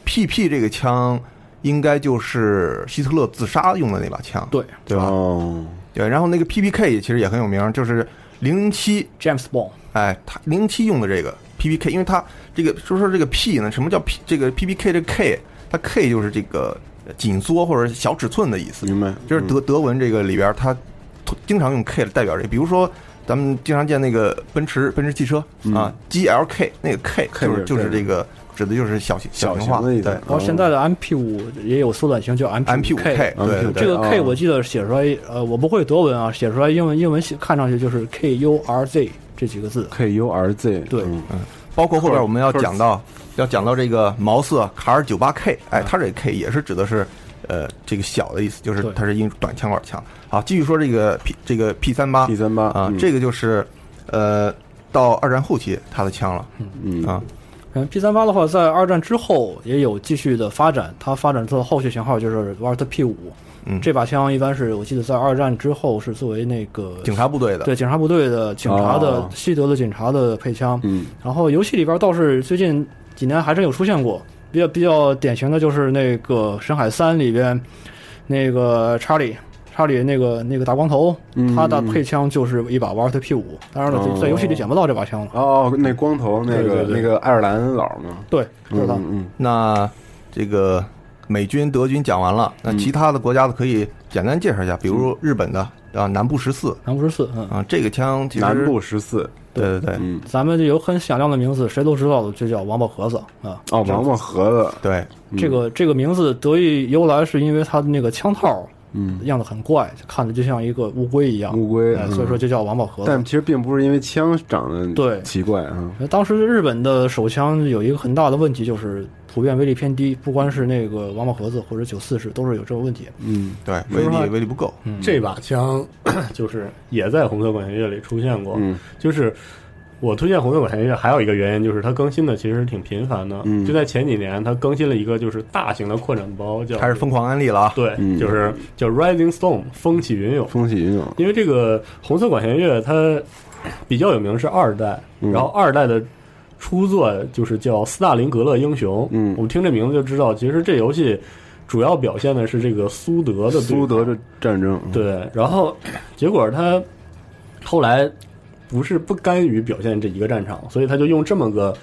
Speaker 3: PP 这个枪应该就是希特勒自杀用的那把枪，
Speaker 10: 对
Speaker 3: 对
Speaker 9: 哦
Speaker 3: 吧？对，然后那个 PPK 也其实也很有名，就是零零七
Speaker 10: James Bond，
Speaker 3: 哎，他零零七用的这个 PPK，因为它这个就说这个 P 呢，什么叫 P？这个 PPK 这 K，它 K 就是这个紧缩或者小尺寸的意思，
Speaker 9: 明白？
Speaker 3: 就是德德文这个里边它经常用 K 来代表这个，比如说。咱们经常见那个奔驰，奔驰汽车啊，GLK 那个 K 就是就是这个指的就是小型小型化，对。
Speaker 10: 然后现在的 MP 五也有缩短型，叫 MP
Speaker 3: MP5K 对对对
Speaker 10: 这个 K
Speaker 3: 哦
Speaker 10: 我记得写出来，呃，我不会德文啊，写出来英文英文写看上去就是 K U R Z 这几个字。
Speaker 9: K U R Z
Speaker 10: 对，
Speaker 3: 包括后边我们要
Speaker 10: 就是
Speaker 3: 讲到，要讲到这个毛瑟卡尔九八 K，哎，
Speaker 9: 嗯
Speaker 3: 它这个 K 也是指的是，呃，这个小的意思，就是
Speaker 9: 对
Speaker 3: 它是因为短枪管枪。好，继续说这个 P 这个 P 三八 P
Speaker 9: 三八嗯
Speaker 3: 啊，这个就是呃到二战后期它的枪了，
Speaker 9: 嗯
Speaker 3: 啊，
Speaker 10: 嗯，P 三八的话，在二战之后也有继续的发展，它发展出的后续型号就是瓦尔特 P 五。
Speaker 3: 嗯
Speaker 10: 这把枪一般是我记得在二战之后是作为那个
Speaker 3: 警察部队的
Speaker 10: 对警察部队的警察的、
Speaker 3: 哦
Speaker 10: 西德的警察的配枪。
Speaker 9: 嗯，
Speaker 10: 然后游戏里边倒是最近几年还真有出现过，比较比较典型的就是那个《深海三》里边那个查理。查理那个那个大光头，
Speaker 9: 嗯
Speaker 10: 他的配枪就是一把瓦尔特 P 五，当然了，在在游戏里捡不到这把枪了。
Speaker 9: 哦，那光头那
Speaker 10: 对
Speaker 9: 个
Speaker 10: 对对
Speaker 9: 那个爱尔兰佬嘛，
Speaker 10: 对，就是他。
Speaker 9: 嗯，
Speaker 3: 那这个美军、德军讲完了，那
Speaker 9: 嗯
Speaker 3: 其他的国家的可以简单介绍一下，比如日本的啊，南部十四，
Speaker 10: 南部十四，嗯
Speaker 3: 啊，这个枪其实
Speaker 9: 南部十四，
Speaker 3: 对对对，
Speaker 9: 嗯，
Speaker 10: 咱们就有很响亮的名字，谁都知道的，就叫王八盒子啊。
Speaker 9: 哦，王八盒子，
Speaker 3: 对，
Speaker 10: 这
Speaker 9: 嗯
Speaker 10: 个这个名字得意由来是因为它的那个枪套，
Speaker 9: 嗯，
Speaker 10: 样子很怪，看着就像一个乌龟一样。
Speaker 9: 乌龟
Speaker 10: 哎，
Speaker 9: 嗯
Speaker 10: 所以说就叫王八盒子。
Speaker 9: 但其实并不是因为枪长得
Speaker 10: 对
Speaker 9: 奇怪啊，
Speaker 10: 当时日本的手枪有一个很大的问题，就是普遍威力偏低，不光是那个王八盒子或者九四式都是有这个问题。
Speaker 9: 嗯，
Speaker 3: 对，
Speaker 10: 威力威力
Speaker 3: 不够。
Speaker 11: 这把枪就是也在红色管弦乐里出现过，
Speaker 9: 嗯
Speaker 11: 就是。我推荐红色管弦乐还有一个原因就是它更新的其实挺频繁的，
Speaker 3: 嗯
Speaker 11: 就在前几年它更新了一个就是大型的扩展包，叫
Speaker 3: 开始疯狂安利了啊，
Speaker 11: 对，
Speaker 3: 嗯
Speaker 11: 就是叫 Rising Storm 风起云涌，
Speaker 9: 风起云涌。
Speaker 11: 因为这个红色管弦乐它比较有名是二代，
Speaker 9: 嗯
Speaker 11: 然后二代的初作就是叫斯大林格勒英雄。嗯，我们听这名字就知道，其实这游戏主要表现的是这个苏德的对
Speaker 9: 苏德的战争，
Speaker 11: 对，然后结果他后来不是不甘于表现这一个战场，所以他就用这么个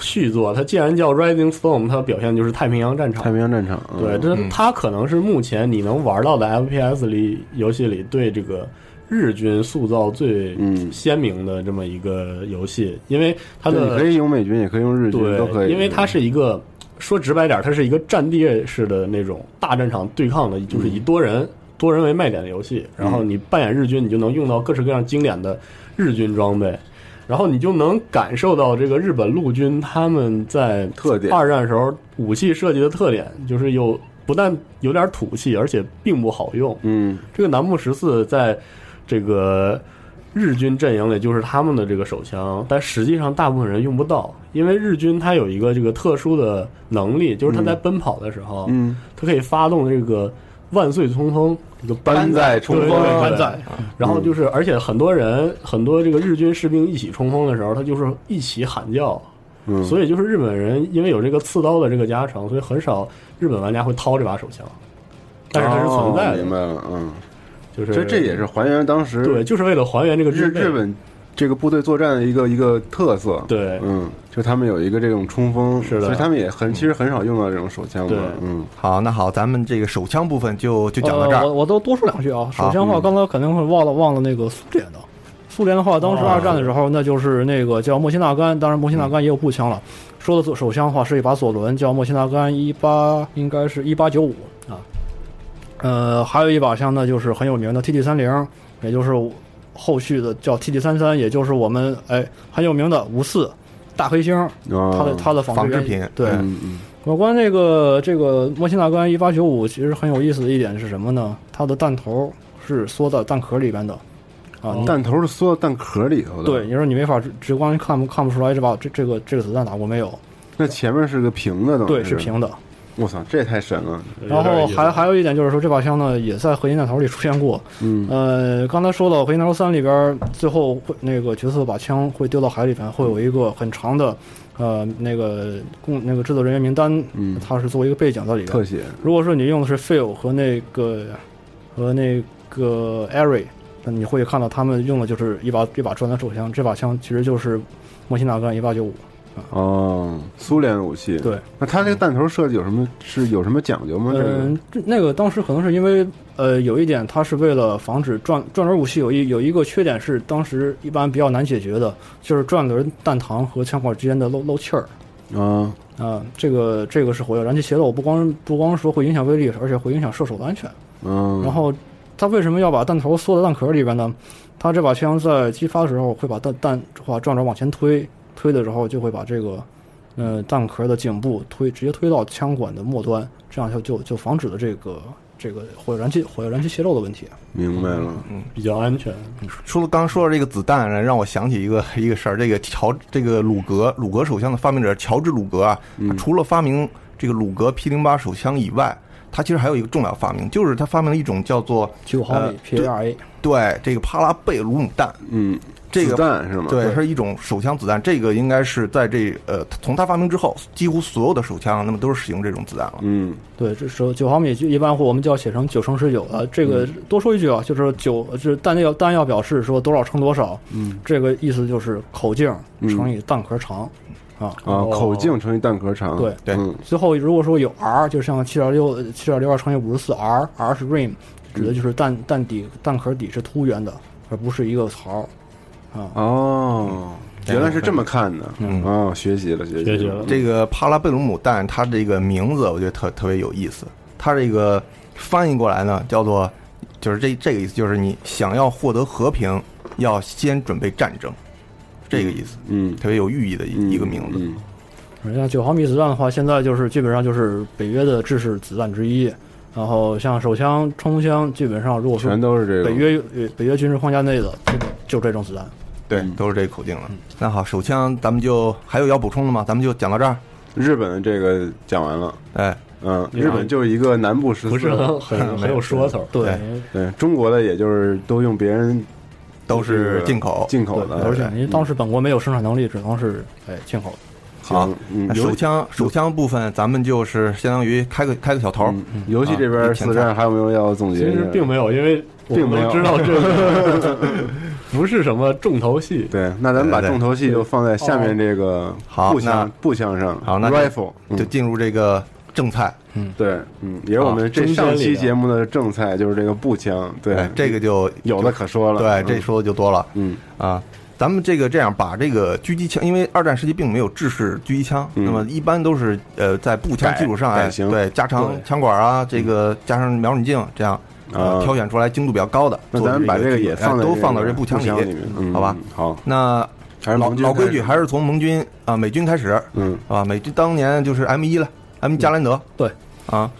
Speaker 11: 续作，它既然叫 Rising Storm，它表现就是太平洋战场。
Speaker 9: 太平洋战场，
Speaker 11: 对，这
Speaker 9: 嗯
Speaker 11: 它可能是目前你能玩到的 FPS 里游戏里对这个日军塑造最
Speaker 9: 嗯
Speaker 11: 鲜明的这么一个游戏，因为它
Speaker 9: 对你可
Speaker 11: 的
Speaker 9: 以用美军，也可以用日军，都可
Speaker 11: 对，
Speaker 9: 以，嗯
Speaker 11: 因为它是一个说直白点儿，它是一个战地式的那种大战场对抗的，就是
Speaker 9: 嗯
Speaker 11: 以多人多人为卖点的游戏。然后你扮演日军，你就能用到各式各样经典的日军装备。然后你就能感受到这个日本陆军他们在特
Speaker 9: 点
Speaker 11: 二战时候武器设计的特点，就是有不但有点土气，而且并不好用。
Speaker 9: 嗯，
Speaker 11: 这个南木十四在这个日军阵营里就是他们的这个手枪，但实际上大部分人用不到，因为日军他有一个这个特殊的能力，就是他在奔跑的时候，
Speaker 9: 嗯，
Speaker 11: 他可以发动这个万岁冲锋，这个
Speaker 9: 班在冲锋啊嗯
Speaker 11: 对对对
Speaker 9: 班在
Speaker 11: 对然后就是，而且很多人很多这个日军士兵一起冲锋的时候，他就是一起喊叫。
Speaker 9: 嗯
Speaker 11: 所以就是日本人因为有这个刺刀的这个加成，所以很少日本玩家会掏这把手枪，但是它是存在
Speaker 9: 哦
Speaker 11: 的。
Speaker 9: 明白了，嗯，
Speaker 11: 就是
Speaker 9: 这这也是还原当时
Speaker 11: 对，就是为了还原这个
Speaker 9: 日
Speaker 11: 军备
Speaker 9: 日本这个部队作战的一个一个特色，
Speaker 11: 对，
Speaker 9: 嗯，就他们有一个这种冲锋，
Speaker 11: 是的嗯
Speaker 9: 所以他们也很其实很少用到这种手枪嘛
Speaker 11: 对。
Speaker 9: 嗯，
Speaker 3: 好，那好，咱们这个手枪部分就就讲到这
Speaker 10: 呃
Speaker 3: 儿。
Speaker 10: 我我都多说两句啊。首先的话，
Speaker 3: 好嗯
Speaker 10: 刚才肯定会忘了忘了那个苏联的。苏联的话，当时
Speaker 3: 哦
Speaker 10: 二战的时候，那就是那个叫莫辛纳甘，当然莫辛纳甘也有步枪了。说的手枪的话，是一把左轮，叫莫辛纳甘一八，应该是一八九五啊。呃，还有一把枪呢，就是很有名的 TD 三零，也就是后续的叫 TD 三三，也就是我们哎很有名的五四大黑星，
Speaker 3: 哦
Speaker 9: 啊
Speaker 10: 它的它的仿原对，
Speaker 9: 嗯嗯
Speaker 10: 有关那个这个莫辛纳甘一八九五，其实很有意思的一点是什么呢？它的弹头是缩到弹壳里边的，啊，
Speaker 11: 哦
Speaker 10: 你
Speaker 9: 弹头是缩到弹壳里头的。
Speaker 10: 对，，你说你没法直直观看不看不出来这把这这个这个子弹打过没有？
Speaker 9: 那前面是个平的，等于
Speaker 10: 哦对是平的。
Speaker 9: 我操，这也太神了！
Speaker 10: 然后还还有一点就是说，这把枪呢也在合金弹头里出现过。
Speaker 9: 嗯
Speaker 10: 呃，刚才说到合金弹头三里边，最后会那个角色把枪会丢到海里边，会有一个很长的呃那个供那个制作人员名单，
Speaker 9: 嗯
Speaker 10: 它是作为一个背景在里边。
Speaker 9: 特写，
Speaker 10: 如果说你用的是 Phil 和那个和那个 Ari，那你会看到他们用的就是一把一把专栏手枪，这把枪其实就是莫辛纳甘一八九五。
Speaker 9: 哦，苏联武器。
Speaker 10: 对，
Speaker 9: 那它这个弹头设计有什么是有什么讲究吗？这个
Speaker 10: 嗯，这那个当时可能是因为呃有一点，它是为了防止转转轮武器有一有一个缺点是当时一般比较难解决的，就是转轮弹膛和枪管之间的漏漏气儿。
Speaker 9: 啊，
Speaker 10: 啊、这个这个是火药燃气泄漏，不光不光说会影响威力，而且会影响射手的安全。
Speaker 9: 嗯，
Speaker 10: 然后他为什么要把弹头缩到弹壳里边呢？他这把枪在击发的时候会把弹弹话转着往前推，推的时候就会把这个呃弹壳的颈部推直接推到枪管的末端，这样就就就防止了这个这个火药燃气火药燃气泄漏的问题。嗯
Speaker 9: 明白了，
Speaker 3: 嗯，
Speaker 11: 比较安全。
Speaker 3: 说了刚刚说到这个子弹，让我想起一个一个事儿，这个乔这个鲁格鲁格手枪的发明者乔治鲁格啊，
Speaker 9: 嗯
Speaker 3: 他除了发明这个鲁格 P 零八手枪以外，他其实还有一个重要发明，就是他发明了一种叫做
Speaker 10: 九毫
Speaker 11: 呃
Speaker 10: 米 PARA
Speaker 3: 对这个帕拉贝鲁姆弹，
Speaker 9: 嗯，
Speaker 3: 这个
Speaker 9: 子弹是吗
Speaker 3: 对，
Speaker 9: 对
Speaker 3: 它是一种手枪子弹，这个应该是在这呃从他发明之后，几乎所有的手枪那么都是使用这种子弹了，
Speaker 9: 嗯。
Speaker 10: 对，这时候九毫米就一般会我们就要写成九乘十九啊。这
Speaker 9: 嗯
Speaker 10: 个多说一句啊，就是九就是弹药弹药表示说多少乘多少，
Speaker 9: 嗯，
Speaker 10: 这个意思就是口径
Speaker 9: 嗯
Speaker 10: 乘以弹壳长、啊
Speaker 9: 啊，口径乘以弹壳长，
Speaker 10: 对
Speaker 3: 对，
Speaker 10: 最后如果说有 R，就像七点六七点六二乘以五十四 R，R 是 rim，指的就是
Speaker 9: 嗯
Speaker 10: 弹弹底弹壳底是凸圆的，而不是一个槽儿。
Speaker 9: 哦，原来是这么看的，
Speaker 3: 嗯
Speaker 9: 哦，学习了，学习
Speaker 3: 这个帕拉贝鲁姆蛋，它这个名字我觉得特特别有意思。它这个翻译过来呢，叫做就是这这个意思，就是你想要获得和平，要先准备战争，这个意思。
Speaker 9: 嗯，
Speaker 3: 特别有寓意的一一个名字。
Speaker 10: 像九毫米子弹的话，现在就是基本上就是北约的制式子弹之一。然后像手枪、冲锋枪，基本上如果说
Speaker 9: 全都是这个
Speaker 10: 北约呃北约军事框架内的，就就这种子弹。
Speaker 3: 对，
Speaker 9: 嗯
Speaker 3: 都是这个口径了。那好，手枪咱们就还有要补充的吗？咱们就讲到这儿。
Speaker 9: 日本这个讲完了，
Speaker 3: 哎，
Speaker 9: 嗯，日本就是一个南部十四，
Speaker 11: 不是很很很有说头
Speaker 10: 对
Speaker 9: 对，中国的也就是都用别人
Speaker 3: 都是
Speaker 9: 这个
Speaker 3: 进口
Speaker 9: 进口的，
Speaker 10: 而且因为当时本国没有生产能力，只能是哎进口。
Speaker 3: 好，
Speaker 9: 嗯
Speaker 3: 那手枪手枪部分咱们就是相当于开个开个小头儿。
Speaker 9: 游戏这边
Speaker 3: 啊
Speaker 9: 四战还有没有要总
Speaker 11: 其
Speaker 9: 结一下？
Speaker 11: 实并没有，因为我
Speaker 9: 并没有
Speaker 11: 们知道这个 不是什么重头戏。
Speaker 9: 对，那咱们把重头戏就放在下面这个
Speaker 3: 好，
Speaker 9: 步枪
Speaker 3: 那
Speaker 9: 步枪上，
Speaker 3: 好，那
Speaker 9: rifle
Speaker 3: 就就进入这个正菜。
Speaker 10: 嗯，
Speaker 9: 嗯对，嗯，也是我们这上期节目的正菜，就是这个步枪。对
Speaker 3: 哎，这个就
Speaker 9: 有的可说了。
Speaker 3: 对，这说的就多了。
Speaker 9: 嗯
Speaker 3: 啊，咱们这个这样把这个狙击枪，因为二战时期并没有制式狙击枪，那么一般都是呃在步枪基础上，
Speaker 9: 嗯改
Speaker 3: 哎
Speaker 9: 改，型
Speaker 3: 对，加长
Speaker 9: 对嗯
Speaker 3: 枪管啊，这个加上瞄准镜这样。呃
Speaker 9: 啊
Speaker 3: 挑选出来精度比较高的，
Speaker 9: 那
Speaker 3: 做
Speaker 9: 咱们把这
Speaker 3: 这
Speaker 9: 个也放
Speaker 3: 哎
Speaker 9: 在
Speaker 3: 都
Speaker 9: 这
Speaker 3: 放到
Speaker 9: 个
Speaker 3: 这步枪
Speaker 9: 步枪里面嗯
Speaker 3: 好吧？
Speaker 9: 好，
Speaker 3: 那
Speaker 9: 是
Speaker 3: 老
Speaker 9: 盟军
Speaker 3: 老
Speaker 9: 开
Speaker 3: 规矩
Speaker 9: 始
Speaker 3: 还是从盟军啊美军开始，
Speaker 9: 嗯，
Speaker 3: 啊，美军当年就是 M 一了，M 加兰德，
Speaker 10: 对，
Speaker 3: 啊，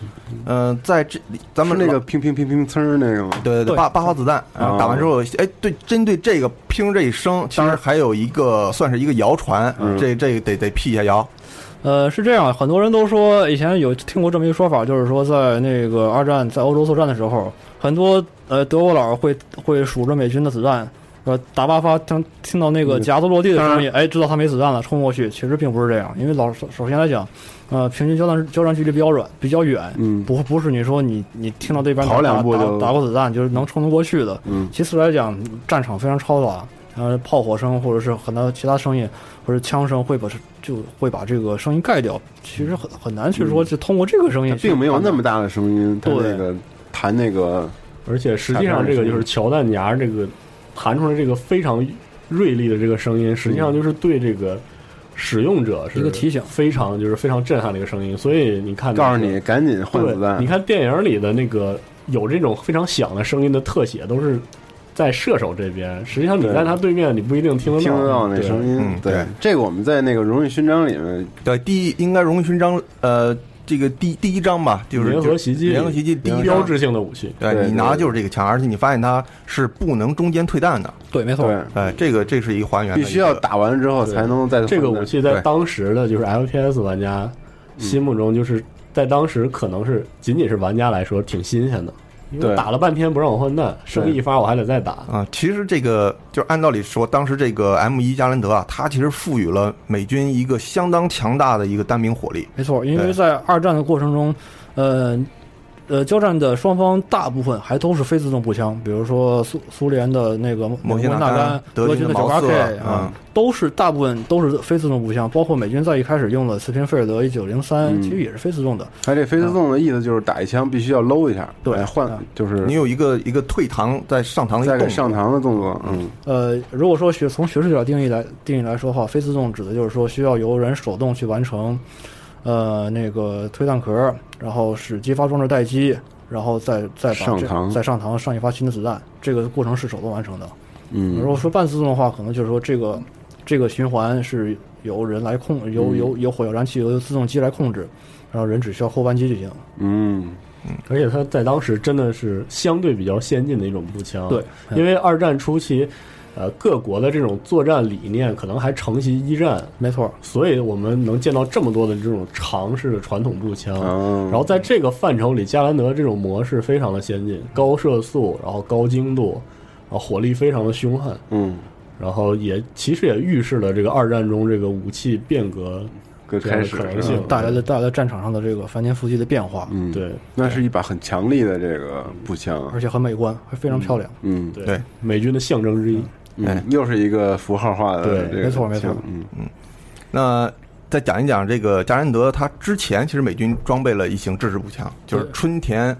Speaker 3: 嗯，在这里咱们
Speaker 9: 是那
Speaker 3: 老
Speaker 9: 个乒乒乒乒呲儿那个吗？
Speaker 3: 对对对，八八发子弹，然后打完之后，哎，对，针对这个砰这一声，其实还有一个算是一个谣传，这这得得辟一下谣。
Speaker 10: 呃，是这样，很多人都说以前有听过这么一个说法，就是说在那个二战在欧洲作战的时候，很多呃德国佬会会数着美军的子弹，呃打八发，听听到那
Speaker 9: 嗯
Speaker 10: 个夹子落地的声音，哎，知道他没子弹了，冲过去。其实并不是这样，因为老首首先来讲，呃，平均交战交战距离比较远，比较远，
Speaker 9: 嗯
Speaker 10: 不不是你说你你听到对边
Speaker 9: 跑
Speaker 10: 打
Speaker 9: 两步
Speaker 10: 打
Speaker 9: 就
Speaker 10: 打过子弹就是能冲得过去的。
Speaker 9: 嗯
Speaker 10: 其次来讲，战场非常嘈杂，然后炮火声或者是很多其他声音或者枪声会把就会把这个声音盖掉。其实很很难去说，
Speaker 9: 嗯
Speaker 10: 就通过这个声音
Speaker 9: 它，并没有那么大的声音，它
Speaker 10: 对
Speaker 9: 那个弹那个，
Speaker 11: 而且实际上这个就是乔弹牙这个弹出来这个非常锐利的这个声
Speaker 3: 嗯
Speaker 11: 音，实际上就是对这个使用者是
Speaker 10: 一个提醒，
Speaker 11: 非常就是非常震撼的一个声音。所以你看那个，
Speaker 9: 告诉你赶紧换子
Speaker 11: 对，
Speaker 9: 弹
Speaker 11: 你。看电影里的那个有这种非常响的声音的特写，都是在射手这边。实际上你
Speaker 9: 对
Speaker 11: 在他对面，你不一定听得
Speaker 9: 听得到那
Speaker 11: 对
Speaker 9: 声音，对，这个我们在那个荣誉勋章里面，
Speaker 3: 对，第一应该荣誉勋章，呃，这个第第一章吧，就是
Speaker 11: 联合袭击
Speaker 3: 联合袭击第一章
Speaker 11: 标志性的武器
Speaker 3: 对
Speaker 11: 对
Speaker 3: 你拿的就是这个枪，而且你发现它是不能中间退弹的。
Speaker 10: 对，没
Speaker 9: 错对
Speaker 3: 哎，这个这是一个还原的一个，
Speaker 9: 必须要打完之后才能再
Speaker 11: 这个武器在
Speaker 3: 对嗯
Speaker 11: 当时的就是 FPS 玩家心目中，就是在当时可能是仅仅是玩家来说挺新鲜的，因为
Speaker 3: 对
Speaker 11: 打了半天不让我换弹，生一发我还得再打。
Speaker 3: 啊，其实这个就是按道理说，当时这个 M 一加兰德啊，它其实赋予了美军一个相当强大的一个单兵火力。
Speaker 10: 没错，因为
Speaker 3: 对
Speaker 10: 在二战的过程中，呃呃，交战的双方大部分还都是非自动步枪，比如说苏苏联的那个
Speaker 3: 摩
Speaker 10: 摩
Speaker 3: 西
Speaker 10: 纳
Speaker 3: 纳甘
Speaker 10: 甘、
Speaker 3: 德
Speaker 10: 德
Speaker 3: 军
Speaker 10: 军
Speaker 3: 的
Speaker 10: 九
Speaker 3: 毛
Speaker 10: 八
Speaker 3: 瑟
Speaker 10: K
Speaker 3: 嗯，
Speaker 10: 啊都是大部分都是非自动步枪，包括美军在一开始用的斯宾菲尔德一九零
Speaker 9: 嗯
Speaker 10: 三，其实也是非自动的。
Speaker 9: 它这非自动的意思就是打一枪必须要搂一下，
Speaker 10: 对
Speaker 9: 哎换就是
Speaker 3: 嗯你有一个一个退堂再上膛的一
Speaker 9: 再
Speaker 3: 个
Speaker 9: 给
Speaker 3: 动
Speaker 9: 上
Speaker 3: 作，
Speaker 9: 膛的动作，嗯，
Speaker 10: 呃，如果说学从学术角定义来定义来说的话，非自动指的就是说需要由人手动去完成，呃，那个推弹壳，然后使激发装置待机，然后再再把
Speaker 9: 上
Speaker 10: 这
Speaker 9: 膛
Speaker 10: 再上膛上一发新的子弹，这个过程是手动完成的。
Speaker 9: 嗯
Speaker 10: 如果说半自动的话，可能就是说这个这个循环是由人来控，由
Speaker 9: 嗯
Speaker 10: 由由火药燃气由自动机来控制，然后人只需要后扳机就行。
Speaker 9: 嗯，
Speaker 11: 而且它在当时真的是相对比较先进的一种步枪，
Speaker 10: 对嗯
Speaker 11: 因为二战初期，呃，各国的这种作战理念可能还承袭一战，
Speaker 10: 没错，
Speaker 11: 所以我们能见到这么多的这种长式的传统步枪。
Speaker 10: 哦
Speaker 11: 然后在这个范畴里，加兰德这种模式非常的先进，高射速，然后高精度，然后火力非常的凶悍，
Speaker 9: 嗯，
Speaker 11: 然后也其实也预示了这个二战中这个武器变革这样的可能性，
Speaker 10: 带来了带来了战场上的这个翻天覆地的变化，
Speaker 9: 嗯，
Speaker 11: 对，
Speaker 9: 那是一把很强力的这个步枪，
Speaker 10: 而且很美观，还非常漂亮。
Speaker 9: 嗯，
Speaker 3: 对，
Speaker 11: 美军的象征之一，
Speaker 9: 嗯，又是一个符号化的，
Speaker 3: 哎对没错没错
Speaker 9: 嗯
Speaker 3: 嗯，那再讲一讲这个加兰德，它之前其实美军装备了一型制式步枪，就是春田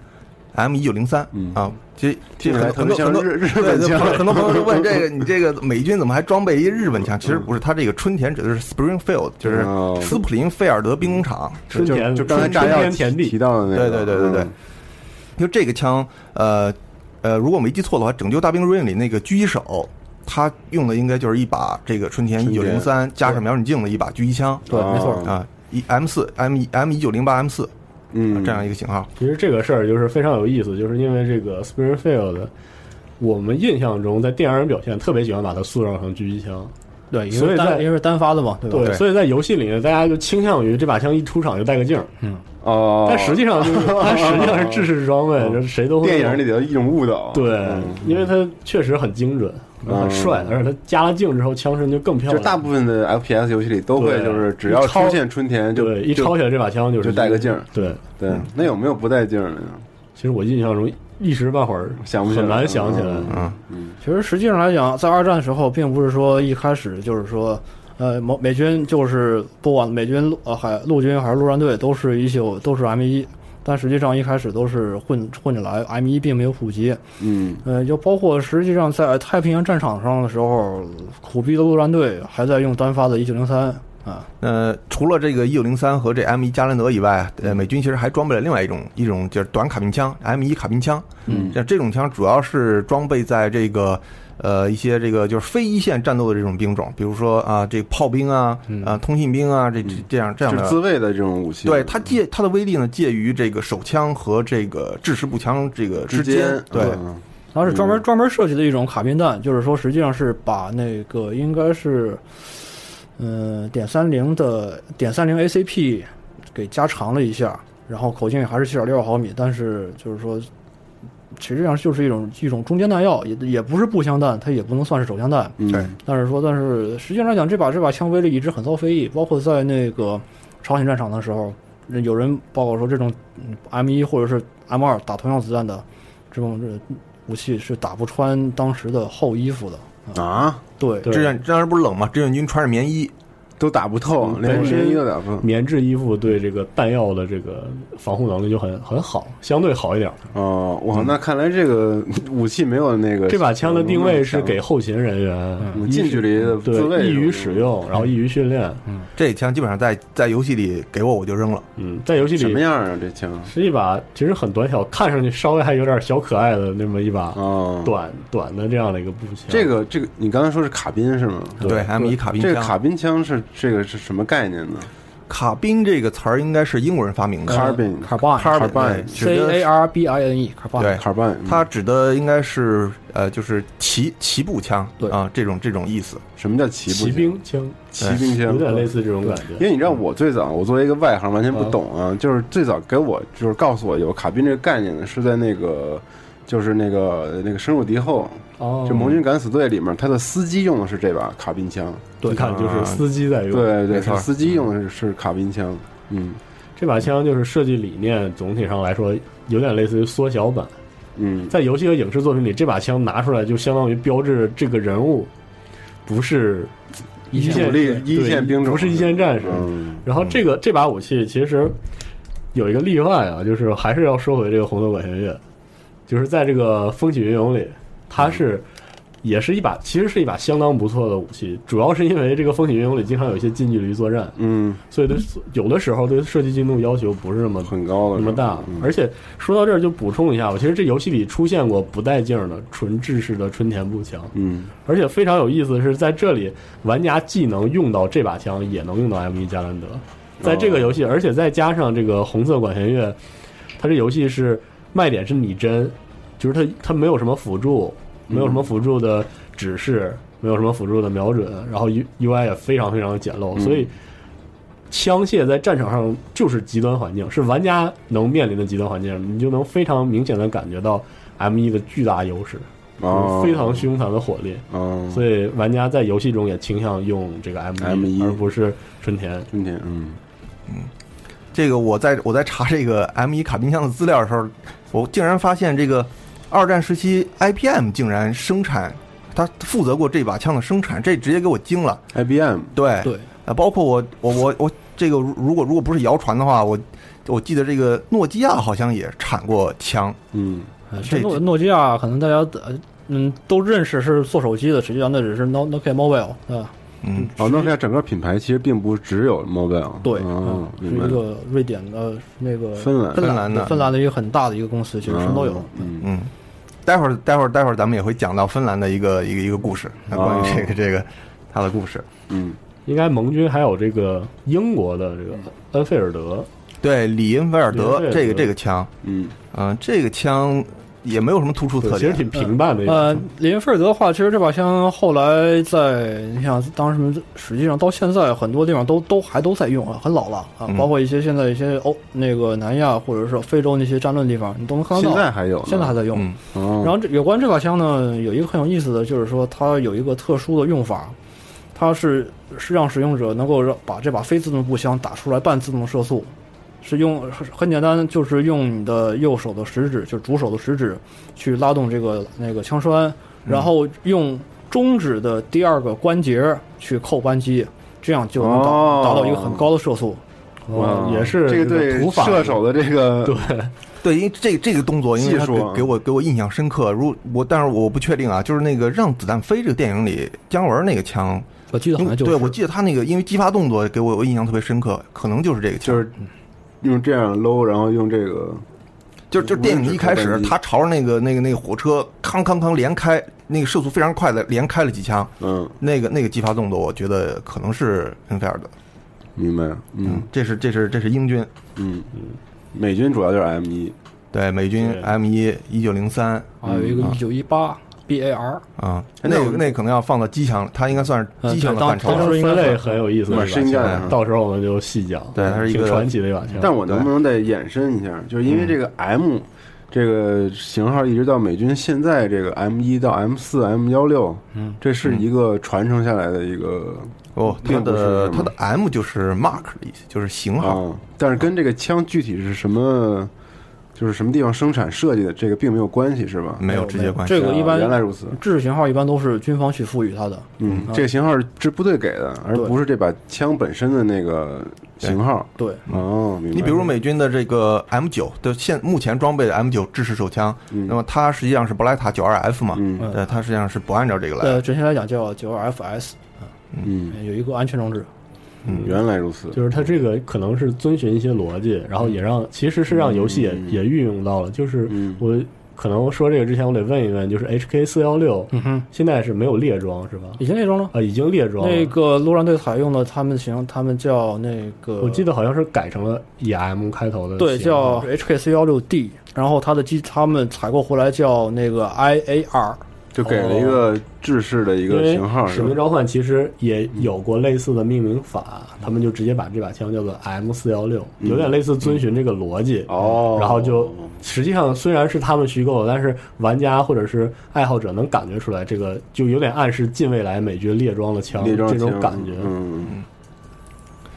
Speaker 3: M 一九零三啊。这这
Speaker 9: 嗯听起来
Speaker 3: 很很
Speaker 9: 特
Speaker 3: 多
Speaker 9: 别像
Speaker 3: 很多
Speaker 9: 日日
Speaker 3: 对
Speaker 9: 本
Speaker 3: 对
Speaker 9: 枪
Speaker 3: 很多朋友都问 这个，你这个美军怎么还装备一日本枪？其实不是，它这个春田指的是 Springfield，就是
Speaker 9: 嗯哦
Speaker 3: 斯普林菲尔德兵工厂，就
Speaker 11: 春田
Speaker 3: 就
Speaker 9: 刚才
Speaker 3: 春
Speaker 9: 炸
Speaker 3: 春
Speaker 9: 药
Speaker 3: 田
Speaker 9: 提提到的那个，
Speaker 3: 对对对对对
Speaker 9: 嗯，
Speaker 3: 就这个枪，呃呃，如果我没记错的话，《拯救大兵瑞恩》里那个狙击手，他用的应该就是一把这个春田一
Speaker 9: 春
Speaker 3: 九零
Speaker 9: 田
Speaker 3: 三加上瞄准镜的一把狙击枪，
Speaker 10: 对没错
Speaker 3: 啊，一 M 四 M 一 M 一九零八 M 四，啊
Speaker 9: 嗯，
Speaker 3: 这样一个型号，
Speaker 11: 其实这个事儿就是非常有意思，就是因为这个 Springfield，我们印象中在电影人表现特别喜欢把它塑造成狙击枪，
Speaker 10: 对，因
Speaker 11: 所
Speaker 10: 为
Speaker 11: 以
Speaker 10: 单
Speaker 11: 在
Speaker 10: 因为单发的嘛，对吧？
Speaker 11: 对，所以在游戏里呢，大家就倾向于这把枪一出场就带个镜儿，
Speaker 10: 嗯，
Speaker 9: 哦，
Speaker 11: 但实际上 就是它实际上是制式装备，就是谁都会用
Speaker 9: 电影里的一种误导，
Speaker 11: 对
Speaker 9: 嗯，
Speaker 11: 因为它确实很精准，
Speaker 9: 嗯
Speaker 11: 很帅，而且它加了镜之后枪身就更漂
Speaker 9: 就
Speaker 11: 亮，
Speaker 9: 大部分的 FPS 游戏里都会，
Speaker 11: 对
Speaker 9: 就是只要
Speaker 11: 一抄
Speaker 9: 出现春田就
Speaker 11: 对一抄起来这把枪就是
Speaker 9: 就带个镜儿
Speaker 11: 对，
Speaker 9: 对，
Speaker 3: 嗯
Speaker 9: 那有没有不带劲儿的呀？
Speaker 11: 其实我印象中一时半会儿
Speaker 9: 想不起来
Speaker 11: 很难想起来，
Speaker 3: 嗯，
Speaker 10: 其实实际上来讲，在二战时候，并不是说一开始就是说，呃，美美军就是不管美军陆呃海陆军还是陆战队，都是一宿都是 M 一，但实际上一开始都是混混着来，M 一并没有普及。
Speaker 9: 嗯，
Speaker 10: 呃，就包括实际上在太平洋战场上的时候，苦逼的陆战队还在用单发的1903啊，
Speaker 3: 呃，除了这个一九零三和这 M 一加兰德以外，呃，美军其实还装备了另外一种一种就是短卡宾枪 M 一卡宾枪。
Speaker 9: 嗯
Speaker 3: 像这种枪主要是装备在这个呃一些这个就是非一线战斗的这种兵种，比如说啊、这个炮兵啊，啊通信兵啊，这这这样这样
Speaker 9: 就
Speaker 3: 的
Speaker 9: 嗯是自卫的这种武器，
Speaker 3: 对它介它的威力呢，介于这个手枪和这个制式步枪这个
Speaker 9: 之
Speaker 3: 间。
Speaker 9: 间
Speaker 3: 对，
Speaker 9: 嗯
Speaker 10: 然后是专门专门设计的一种卡宾弹，就是说实际上是把那个应该是，嗯，点三零的点三零 ACP 给加长了一下，然后口径也还是七点六毫米，但是就是说，实际上就是一种一种中间弹药，也也不是步枪弹，它也不能算是手枪弹，
Speaker 9: 嗯
Speaker 3: 对，
Speaker 10: 但是说，但是实际上来讲，这把这把枪威力一直很遭非议，包括在那个朝鲜战场的时候，有人报告说，这种嗯 M 一或者是 M 二打同样子弹的这种这武器是打不穿当时的厚衣服的。
Speaker 9: 啊，
Speaker 10: 对，
Speaker 3: 志愿当时不是冷嘛，志愿军穿着棉衣
Speaker 9: 都打不透
Speaker 11: 嗯本身棉质衣服对这个弹药的这个防护能力就很很好，相对好一点。
Speaker 9: 哦，哇，那看来这个 武器没有那个
Speaker 11: 嗯这把枪的定位是给后勤人员
Speaker 9: 嗯近距离的自卫
Speaker 11: 对易于使用，然后易于训练。
Speaker 9: 嗯，
Speaker 3: 这枪基本上在在游戏里给我我就扔了。
Speaker 11: 嗯，在游戏里
Speaker 9: 什么样啊？这枪
Speaker 11: 是一把其实很短小，看上去稍微还有点小可爱的那么一把短短的这样的一个步枪。
Speaker 9: 啊哦这个这个，你刚才说是卡宾是吗？
Speaker 3: 对，M1 卡宾
Speaker 9: 这个
Speaker 3: 枪
Speaker 9: 卡宾枪是这个是什么概念呢？
Speaker 3: 卡宾这个词儿应该是英国人发明的
Speaker 9: Carbine
Speaker 3: carbine，carbine 指
Speaker 10: 哎 C
Speaker 3: 的
Speaker 10: A R B I N E，卡巴
Speaker 3: 对
Speaker 9: ，carbine，
Speaker 3: 它指的应该是呃，就是骑骑步枪，对啊，这种这种意思。
Speaker 9: 什么叫骑
Speaker 11: 骑兵枪，
Speaker 9: 骑兵枪
Speaker 11: 有点类似这种感觉。
Speaker 9: 因为你知道，我最早我作为一个外行，完全不懂啊，就是最早给我就是告诉我有卡宾这个概念的是在那个就是那个那个深入敌后，
Speaker 11: 哦
Speaker 9: 就盟军敢死队里面，他的司机用的是这把卡宾枪，啊
Speaker 11: 对你看就是司机在用
Speaker 9: 对对，
Speaker 11: 哎没错
Speaker 9: 是司机用的是是卡宾枪，嗯，
Speaker 11: 这把枪就是设计理念，总体上来说有点类似于缩小版。
Speaker 9: 嗯，
Speaker 11: 在游戏和影视作品里，这把枪拿出来就相当于标志这个人物不是
Speaker 9: 一线
Speaker 11: 线
Speaker 9: 武力
Speaker 11: 对
Speaker 9: 一线兵种
Speaker 11: 不是一线战士。
Speaker 9: 嗯
Speaker 11: 然后这个这把武器其实有一个例外啊，就是还是要说回这个红色管弦乐，就是在这个《风起云涌》里，它是。
Speaker 9: 嗯
Speaker 11: 也是一把，其实是一把相当不错的武器，主要是因为这个《风起云涌》里经常有一些近距离作战，
Speaker 9: 嗯，
Speaker 11: 所以对有的时候对设计精度要求不是那么
Speaker 9: 很高了，嗯
Speaker 11: 那么大。而且说到这儿就补充一下吧，其实这游戏里出现过不带镜儿的纯制式的春田步枪，
Speaker 9: 嗯，
Speaker 11: 而且非常有意思的是，在这里玩家既能用到这把枪，也能用到 M 一加兰德，在
Speaker 9: 哦
Speaker 11: 这个游戏，而且再加上这个红色管弦乐，它这游戏是卖点是拟真，就是它它没有什么辅助，没
Speaker 9: 嗯
Speaker 11: 有什么辅助的指示，没有什么辅助的瞄准，然后 U U I 也非常非常的简陋，
Speaker 9: 嗯
Speaker 11: 所以。枪械在战场上就是极端环境，是玩家能面临的极端环境，你就能非常明显的感觉到 M 一的巨大优势，
Speaker 9: 哦
Speaker 11: 就是非常凶残的火力。
Speaker 9: 嗯，
Speaker 11: 所以玩家在游戏中也倾向用这个 M
Speaker 9: M1
Speaker 11: 而不是春田。
Speaker 9: 春田，嗯
Speaker 3: 这个我在我在查这个 M 一卡宾枪的资料的时候，我竟然发现这个二战时期 IBM 竟然生产，它负责过这把枪的生产，这直接给我惊了。
Speaker 9: ，IBM
Speaker 3: 对
Speaker 10: 对，
Speaker 3: 呃，包括我我我我这个如如果如果不是谣传的话，我我记得这个诺基亚好像也产过枪，
Speaker 9: 嗯，
Speaker 3: 这
Speaker 10: 这诺诺基亚可能大家呃嗯都认识是做手机的，实际上那只是 No Nokia Mobile 啊，
Speaker 3: 嗯，
Speaker 9: 哦，诺基亚整个品牌其实并不只有 mobile，
Speaker 10: 对，
Speaker 9: 哦
Speaker 10: 嗯，
Speaker 11: 啊
Speaker 10: 是
Speaker 9: 明白了，
Speaker 10: 一个瑞典的那个
Speaker 9: 芬兰
Speaker 10: 芬
Speaker 3: 芬兰的
Speaker 10: 芬兰的一个很大的一个公司，其实什么都有。
Speaker 9: 嗯
Speaker 3: 嗯，待会儿待会儿待会儿咱们也会讲到芬兰的一个一个一个故事，那关于这个这个他的故事，
Speaker 9: 嗯，
Speaker 11: 应该盟军还有这个英国的这个恩菲尔德，
Speaker 3: 对，里恩菲尔德
Speaker 11: 里恩菲尔德
Speaker 3: 这个这个枪，
Speaker 9: 嗯
Speaker 3: 嗯、这个枪也没有什么突出特点，
Speaker 11: 其实挺平淡的
Speaker 9: 嗯
Speaker 11: 一
Speaker 10: 呃
Speaker 11: 个。，
Speaker 10: 里恩菲尔德的话，其实这把枪后来在你想当时实际上到现在很多地方都都还都在用啊，很老了啊，
Speaker 9: 嗯
Speaker 10: 包括一些现在一些欧那个南亚或者是非洲那些战乱地方，你都能看得到。
Speaker 9: 现在还有呢
Speaker 10: 现在还在用。
Speaker 3: 嗯
Speaker 9: 然
Speaker 10: 然后这有关这把枪呢，有一个很有意思的就是说，它有一个特殊的用法，它是是让使用者能够让把这把非自动步枪打出来半自动射速，是用很很简单，就是用你的右手的食指，就是主手的食指去拉动这个那个枪栓，然
Speaker 9: 嗯
Speaker 10: 后用中指的第二个关节去扣扳机，这样就能达、
Speaker 9: 哦
Speaker 10: 达到一个很高的射速。呃
Speaker 9: 哇
Speaker 11: 也是
Speaker 9: 这个对
Speaker 11: 土法
Speaker 9: 射手的这个
Speaker 11: 对
Speaker 3: 对，因为这这个动作，因为它
Speaker 9: 技术啊
Speaker 3: 给给我给我印象深刻。如我，但是我不确定啊，就是那个《让子弹飞》这个电影里，姜文那个枪，
Speaker 10: 嗯我记得好像就是
Speaker 3: 对我记得他那个，因为激发动作给我印象特别深刻，可能就是这个枪，
Speaker 9: 就是用这样搂，然后用这个
Speaker 3: 就就电影一开
Speaker 9: 无
Speaker 3: 始
Speaker 9: 人，机
Speaker 3: 他朝着那个那个那个火车，康康康连开，那个射速非常快的连开了几枪，
Speaker 9: 嗯，
Speaker 3: 那个那个激发动作，我觉得可能是恩菲尔德，
Speaker 9: 明白，嗯
Speaker 3: 这是这是这是英军，
Speaker 9: 嗯，美军主要就是 M 一，
Speaker 3: 对，美军 M 一一九零三
Speaker 10: 还啊有一个一九一八 BAR，
Speaker 3: 啊，那个那个可能要放到机枪，它应该算是机枪的范畴
Speaker 10: 嗯对当
Speaker 3: 了
Speaker 10: 当。时
Speaker 11: 分类很有意思的一把
Speaker 9: 是应该的
Speaker 11: 枪，到时候我们就细讲。
Speaker 3: 啊对它是一个
Speaker 11: 挺传奇的一把枪。
Speaker 9: 但我能不能再延伸一下？就是因为这个 M 这个型号一直到美军现在这个 M 一到 M 四、M 幺六，嗯，这是一个传承下来的一个
Speaker 3: 哦，它
Speaker 9: 并不是哦
Speaker 3: 的
Speaker 9: 什么
Speaker 3: 它的 M 就是 mark 的意思，就是型号。
Speaker 9: 啊，但是跟这个枪具体是什么就是什么地方生产设计的，这个并没有关系是吧？
Speaker 3: 没有直接关
Speaker 9: 啊
Speaker 10: 这个一般
Speaker 9: 原来如此。
Speaker 10: 制式型号一般都是军方去赋予它的。
Speaker 9: 嗯
Speaker 10: 啊，
Speaker 9: 这个型号是部队给的，而
Speaker 10: 对
Speaker 9: 不是这把枪本身的那个型号。
Speaker 10: 对，
Speaker 9: 哦，明白。
Speaker 3: 你比如美军的这个 M 九的现目前装备的 M 九制式手枪，那么它实际上是布莱塔九二 F 嘛，呃，它实际上是不按照这个来的。
Speaker 10: 呃，准确来讲叫九二 FS，
Speaker 9: 嗯，
Speaker 10: 有一个安全装置。
Speaker 9: 嗯，原来如此，
Speaker 11: 就是它这个可能是遵循一些逻辑，然后也让其实是让游戏也、
Speaker 10: 嗯
Speaker 11: 也运用到了。就是我可能说这个之前，我得问一问，就是 HK 四幺六
Speaker 10: 嗯哼，
Speaker 11: 现在是没有列装是吧？
Speaker 10: 已经列装了。
Speaker 11: 啊，已经列装了。
Speaker 10: 那个陆战队采用的，他们型，他们叫那个，
Speaker 11: 我记得好像是改成了 EM 开头的型号，
Speaker 10: 对，叫 HKC 幺六 D，然后它的机他们采购回来叫那个 IAR，
Speaker 9: 就给了一个制式的一
Speaker 11: 因
Speaker 9: 个
Speaker 11: 为
Speaker 9: 型号，
Speaker 11: 哎使
Speaker 9: 是
Speaker 11: 命
Speaker 9: 吧？
Speaker 11: 召唤其实也有过类似的命名法，他们就直接把这把枪叫做 M 四幺六，
Speaker 9: 嗯
Speaker 11: 有点类似遵循这个逻辑。
Speaker 9: 哦
Speaker 11: 然后就实际上虽然是他们虚构的，但是玩家或者是爱好者能感觉出来，这个就有点暗示近未来美军列装了枪
Speaker 9: 列装
Speaker 11: 这种
Speaker 9: 枪
Speaker 11: 感觉。
Speaker 9: 嗯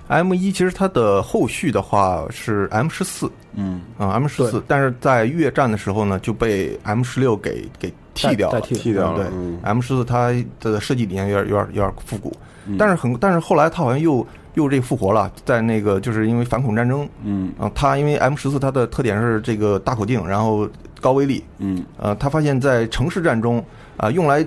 Speaker 3: M 一其实它的后续的话是 M 十四，
Speaker 9: 嗯
Speaker 3: 啊 M 十四，但是在越战的时候呢，就被 M 十六给给替掉了，
Speaker 10: 代代替了
Speaker 9: 替掉了
Speaker 3: 对
Speaker 9: 嗯
Speaker 3: ，M 十四它的设计理念有点有点有点复古
Speaker 9: 嗯，
Speaker 3: 但是很但是后来它好像又又这复活了，在那个就是因为反恐战争，
Speaker 9: 嗯
Speaker 3: 啊，它因为 M 十四它的特点是这个大口径，然后高威力，
Speaker 9: 嗯
Speaker 3: 呃，他发现在城市战中啊、用来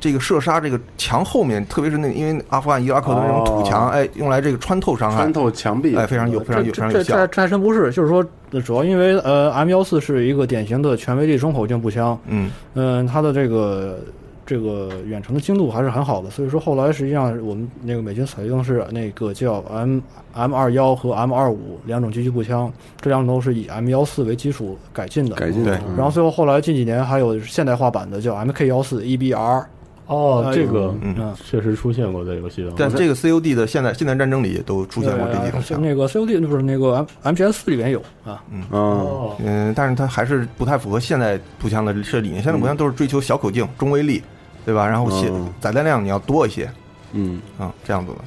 Speaker 3: 这个射杀这个墙后面，特别是那因为阿富汗、伊拉克的那种土墙，
Speaker 9: 哦
Speaker 3: 哎，用来这个穿透伤害，
Speaker 9: 穿透嗯墙壁，
Speaker 3: 哎，非常有非常有非常
Speaker 10: 这
Speaker 3: 有
Speaker 10: 这还
Speaker 3: 效。
Speaker 10: 这还真不是，就是说，呃主要因为呃 M 幺四是一个典型的全威力中口径步枪，
Speaker 3: 嗯
Speaker 10: 嗯、它的这个这个远程的精度还是很好的，所以说后来实际上我们那个美军采用的是那个叫 M M 二幺和 M 二五两种狙击步枪，这两种都是以 M 幺四为基础改进的，
Speaker 9: 改进的
Speaker 3: 对。
Speaker 9: 嗯
Speaker 10: 然后最后后来近几年还有现代化版的叫 M K 幺四 E B R，
Speaker 11: 哦，这个
Speaker 3: 嗯，
Speaker 11: 确实出现过在游戏当
Speaker 3: 但
Speaker 11: 中。
Speaker 3: 这个 COD 的现代现代战争里也都出现过这几种
Speaker 10: 就
Speaker 3: 枪，
Speaker 10: 呃那个 C O D 不是那个 M M P S 四里面有啊，
Speaker 9: 嗯，
Speaker 11: 哦，
Speaker 3: 嗯，但是它还是不太符合现代步枪的设计理念。现代步枪都是追求小口径、中威力，对吧？然后携
Speaker 9: 嗯
Speaker 3: 载弹量你要多一些，
Speaker 9: 嗯，
Speaker 3: 啊，这样子的。